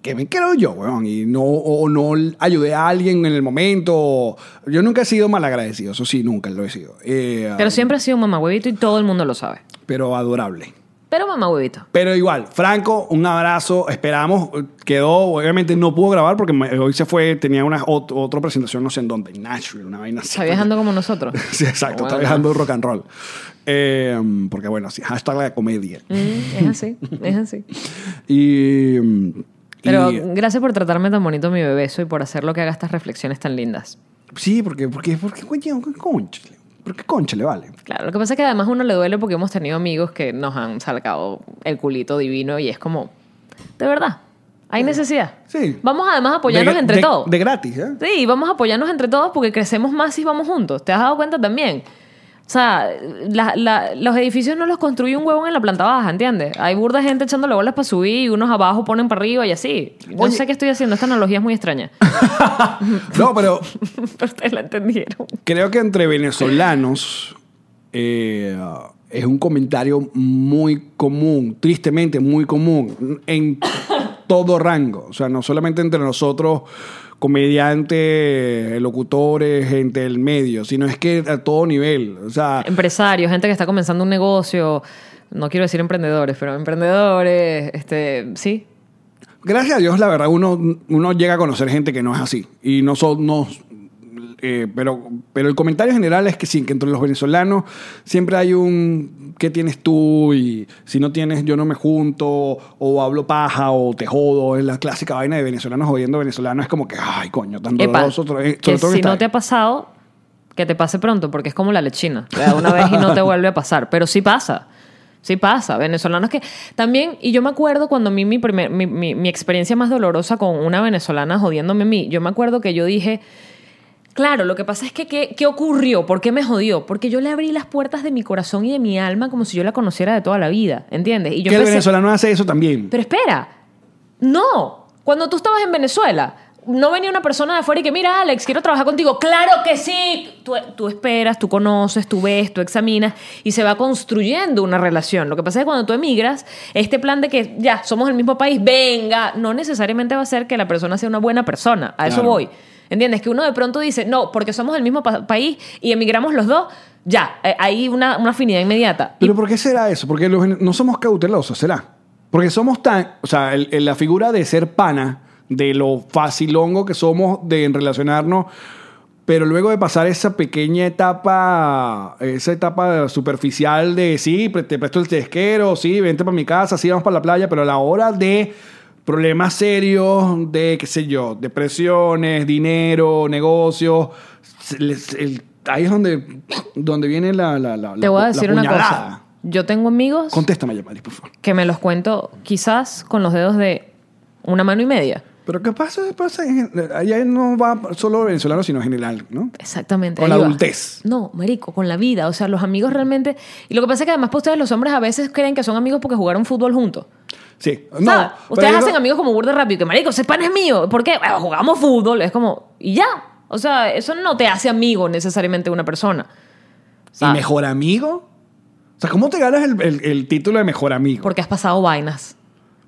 S1: que me creo yo, weón, y no, o no ayudé a alguien en el momento. o- Yo nunca he sido malagradecido, eso sí, nunca lo he sido. Eh,
S2: Pero siempre ha sido un mamahuevito y todo el mundo lo sabe.
S1: pero adorable.
S2: Pero mamahuevito.
S1: Pero igual, Franco, un abrazo. Esperamos. Quedó, obviamente no pudo grabar porque me- hoy se fue, tenía una, ot- otra presentación, no sé en dónde, en Nashville, una vaina así.
S2: Está viajando como nosotros.
S1: [laughs] Sí, exacto, está
S2: Bueno.
S1: viajando rock and roll. Eh, porque bueno, sí, hashtag la comedia.
S2: Mm, es así,
S1: [laughs]
S2: es así.
S1: Y. mm,
S2: Pero
S1: y-
S2: gracias por tratarme tan bonito mi bebeso y por hacer lo que haga estas reflexiones tan lindas.
S1: sí, porque, porque, porque, coño, conchale. Porque conchale, vale.
S2: Claro, lo que pasa es que además a uno le duele porque hemos tenido amigos que nos han sacado el culito divino y es como, de verdad, Hay necesidad.
S1: Sí.
S2: Vamos además a apoyarnos
S1: De-
S2: entre
S1: de-
S2: todos.
S1: De gratis, ¿eh?
S2: Sí, vamos a apoyarnos entre todos porque crecemos más si vamos juntos. ¿Te has dado cuenta también? O sea, la- la- los edificios no los construye un huevón en la planta baja, ¿entiendes? Hay burda gente echándole bolas para subir y unos abajo ponen para arriba y así. No
S1: Oye.
S2: sé qué estoy haciendo, esta analogía es muy extraña. [laughs]
S1: No, pero
S2: Pero ustedes la entendieron.
S1: creo que entre venezolanos eh, es un comentario muy común, tristemente muy común, en todo rango. O sea, no solamente entre nosotros, comediantes, locutores, gente del medio, sino es que a todo nivel. O sea,
S2: Empresarios, gente que está comenzando un negocio. No quiero decir emprendedores, pero emprendedores, este, sí.
S1: gracias a Dios, la verdad, uno, uno llega a conocer gente que no es así. Y no son, no, eh, pero, pero el comentario general es que sí, que entre los venezolanos siempre hay un ¿qué tienes tú? Y si no tienes, yo no me junto, o hablo paja, o te jodo. Es la clásica vaina de venezolanos jodiendo venezolanos. Es como que, ay, coño, tan
S2: Epa,
S1: doloroso. otra vez, sobre
S2: que
S1: todo en
S2: si
S1: esta-
S2: no te ha pasado, que te pase pronto, porque es como la
S1: [laughs]
S2: lechina. Te da una vez y no te vuelve a pasar. Pero sí pasa. Sí pasa. Venezolanos que también, y yo me acuerdo cuando a mí mi, primer, mi, mi- mi experiencia más dolorosa con una venezolana jodiéndome a mí, yo me acuerdo que yo dije, Claro, lo que pasa es que ¿qué, qué ocurrió? ¿Por qué me jodió? Porque yo le abrí las puertas de mi corazón y de mi alma como si yo la conociera de toda la vida, ¿entiendes? Y yo
S1: que el
S2: empecé-
S1: venezolano hace eso también.
S2: Pero espera, no, cuando tú estabas en Venezuela, no venía una persona de afuera y que, mira, Alex, quiero trabajar contigo. Claro que sí. Tú, tú esperas, tú conoces, tú ves, tú examinas y se va construyendo una relación. Lo que pasa es que cuando tú emigras, este plan de que ya somos el mismo país, venga, no necesariamente va a ser que la persona sea una buena persona. A eso
S1: Claro.
S2: voy. ¿Entiendes? Que uno de pronto dice, no, porque somos del mismo pa- país y emigramos los dos, ya, eh, hay una, una afinidad inmediata.
S1: ¿Pero por qué será eso? Porque los vene- no somos cautelosos, ¿será? Porque somos tan... O sea, el- el- la figura de ser pana, de lo facilongo que somos de en relacionarnos, pero luego de pasar esa pequeña etapa, esa etapa superficial de sí, pre- te presto el tesquero, sí, vente para mi casa, sí, vamos para la playa, pero a la hora de problemas serios, de qué sé yo, depresiones, dinero, negocios, se les- el- ahí es donde, donde viene la, la, la-
S2: Te
S1: la
S2: voy
S1: pu-
S2: a
S1: la
S2: decir una
S1: puñalada.
S2: cosa. Yo tengo amigos
S1: Contéstame, Yamari, por favor.
S2: que me los cuento quizás con los dedos de una mano y media.
S1: Pero ¿qué pasa? pasa en- allá no va solo venezolano, sino general, ¿no?
S2: Exactamente.
S1: Con la
S2: ahí va.
S1: adultez.
S2: No, marico, con la vida. O sea, los amigos realmente... Y lo que pasa es que además para ustedes los hombres a veces creen que son amigos porque jugaron fútbol juntos.
S1: Sí. No,
S2: ¿Sabes?
S1: pero
S2: Ustedes
S1: yo
S2: hacen
S1: no-
S2: amigos como burda rápido. Que, marico, ese pan es mío. ¿Por qué? Bueno, jugamos fútbol. Es como... Y ya. O sea, eso no te hace amigo necesariamente de una persona.
S1: ¿Y
S2: ¿Sabes?
S1: mejor amigo? O sea, ¿cómo te ganas el, el- el título de mejor amigo?
S2: Porque has pasado vainas.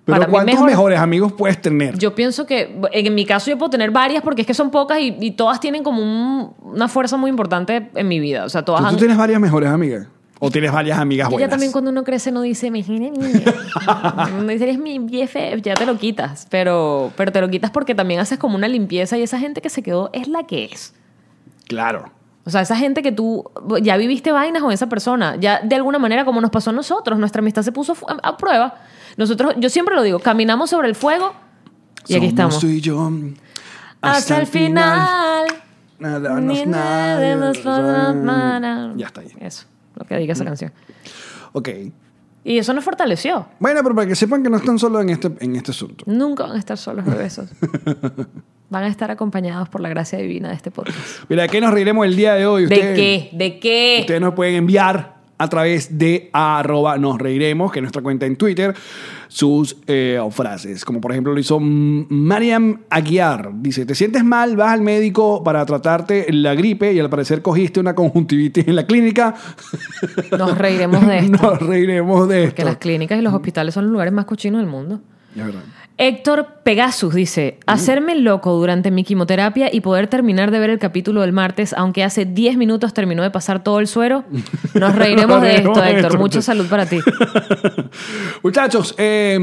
S1: Pero
S2: para mí
S1: ¿cuántos
S2: mejor-
S1: mejores amigos puedes tener?
S2: Yo pienso que en mi caso yo puedo tener varias porque es que son pocas y, y todas tienen como un- una fuerza muy importante en mi vida. O sea, todas
S1: ¿Tú,
S2: han-
S1: tú tienes varias mejores amigas? ¿O tienes varias amigas
S2: que
S1: buenas?
S2: ya también cuando uno crece no dice, me gine mía". Uno dice, eres mi BFF, ya te lo quitas. Pero, pero te lo quitas porque también haces como una limpieza y esa gente que se quedó es la que es.
S1: Claro.
S2: O sea, esa gente que tú ya viviste vainas con esa persona, ya de alguna manera como nos pasó a nosotros, nuestra amistad se puso fu- a prueba. Nosotros, yo siempre lo digo, caminamos sobre el fuego y
S1: Somos
S2: aquí estamos.
S1: tú y yo.
S2: Hasta, el final.
S1: Nada,
S2: Ni
S1: nos
S2: nada nos
S1: nada.
S2: podrá-
S1: Ya está ahí.
S2: Eso, lo que diga esa canción.
S1: Ok.
S2: Y eso nos fortaleció.
S1: Bueno, pero para que sepan que no están solos en este, en este asunto.
S2: Nunca van a estar solos
S1: [laughs]
S2: los besos. Van a estar acompañados por la gracia divina de este podcast.
S1: Mira, ¿de qué nos reiremos el día de hoy?
S2: ¿De
S1: Ustedes-
S2: qué? ¿De qué?
S1: Ustedes nos pueden enviar a través de arroba nos reiremos, que es nuestra cuenta en Twitter, sus eh, frases. Como por ejemplo lo hizo M- Mariam Aguiar. Dice, te sientes mal, vas al médico para tratarte la gripe y al parecer cogiste una conjuntivitis en la clínica.
S2: Nos reiremos
S1: [laughs]
S2: de esto.
S1: nos reiremos de
S2: Que
S1: esto.
S2: las clínicas y
S1: Mm.
S2: los hospitales son los lugares más cochinos del mundo.
S1: Es verdad.
S2: Héctor Pegasus dice,
S1: Mm.
S2: hacerme loco durante mi quimioterapia y poder terminar de ver el capítulo del martes, aunque hace 10 minutos terminó de pasar todo el suero, nos
S1: [laughs]
S2: reiremos
S1: Nos
S2: de
S1: reiremos
S2: esto,
S1: de
S2: Héctor.
S1: esto.
S2: Mucha salud
S1: [laughs]
S2: para ti.
S1: Muchachos, eh,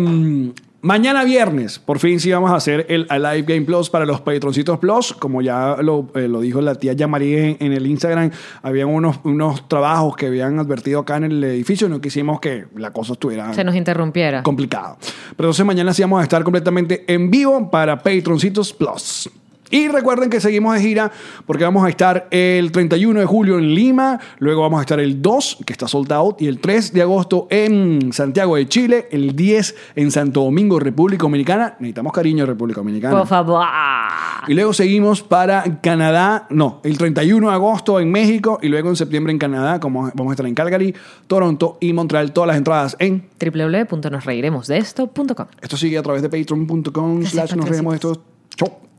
S1: mañana viernes, por fin sí vamos a hacer el Alive Game Plus para los Patroncitos Plus. Como ya lo, eh, lo dijo la tía Yamari en, en el Instagram, habían unos, unos trabajos que habían advertido acá en el edificio y no quisimos que la cosa estuviera
S2: Se nos interrumpiera.
S1: complicada. Pero entonces mañana sí vamos a estar completamente en vivo para Patroncitos Plus. Y recuerden que seguimos de gira porque vamos a estar el 31 de julio en Lima, luego vamos a estar el 2, que está sold out, y el 3 de agosto en Santiago de Chile, el 10 en Santo Domingo, República Dominicana. Necesitamos cariño, República Dominicana.
S2: Por favor. Ah.
S1: Y luego seguimos para Canadá, no, el 31 de agosto en México y luego en septiembre en Canadá, como vamos a estar en Calgary, Toronto y Montreal, todas las entradas en...
S2: www.nosreiremosdeesto.com
S1: Esto sigue a través de patreon.com slash nos reiremos de esto. Chau.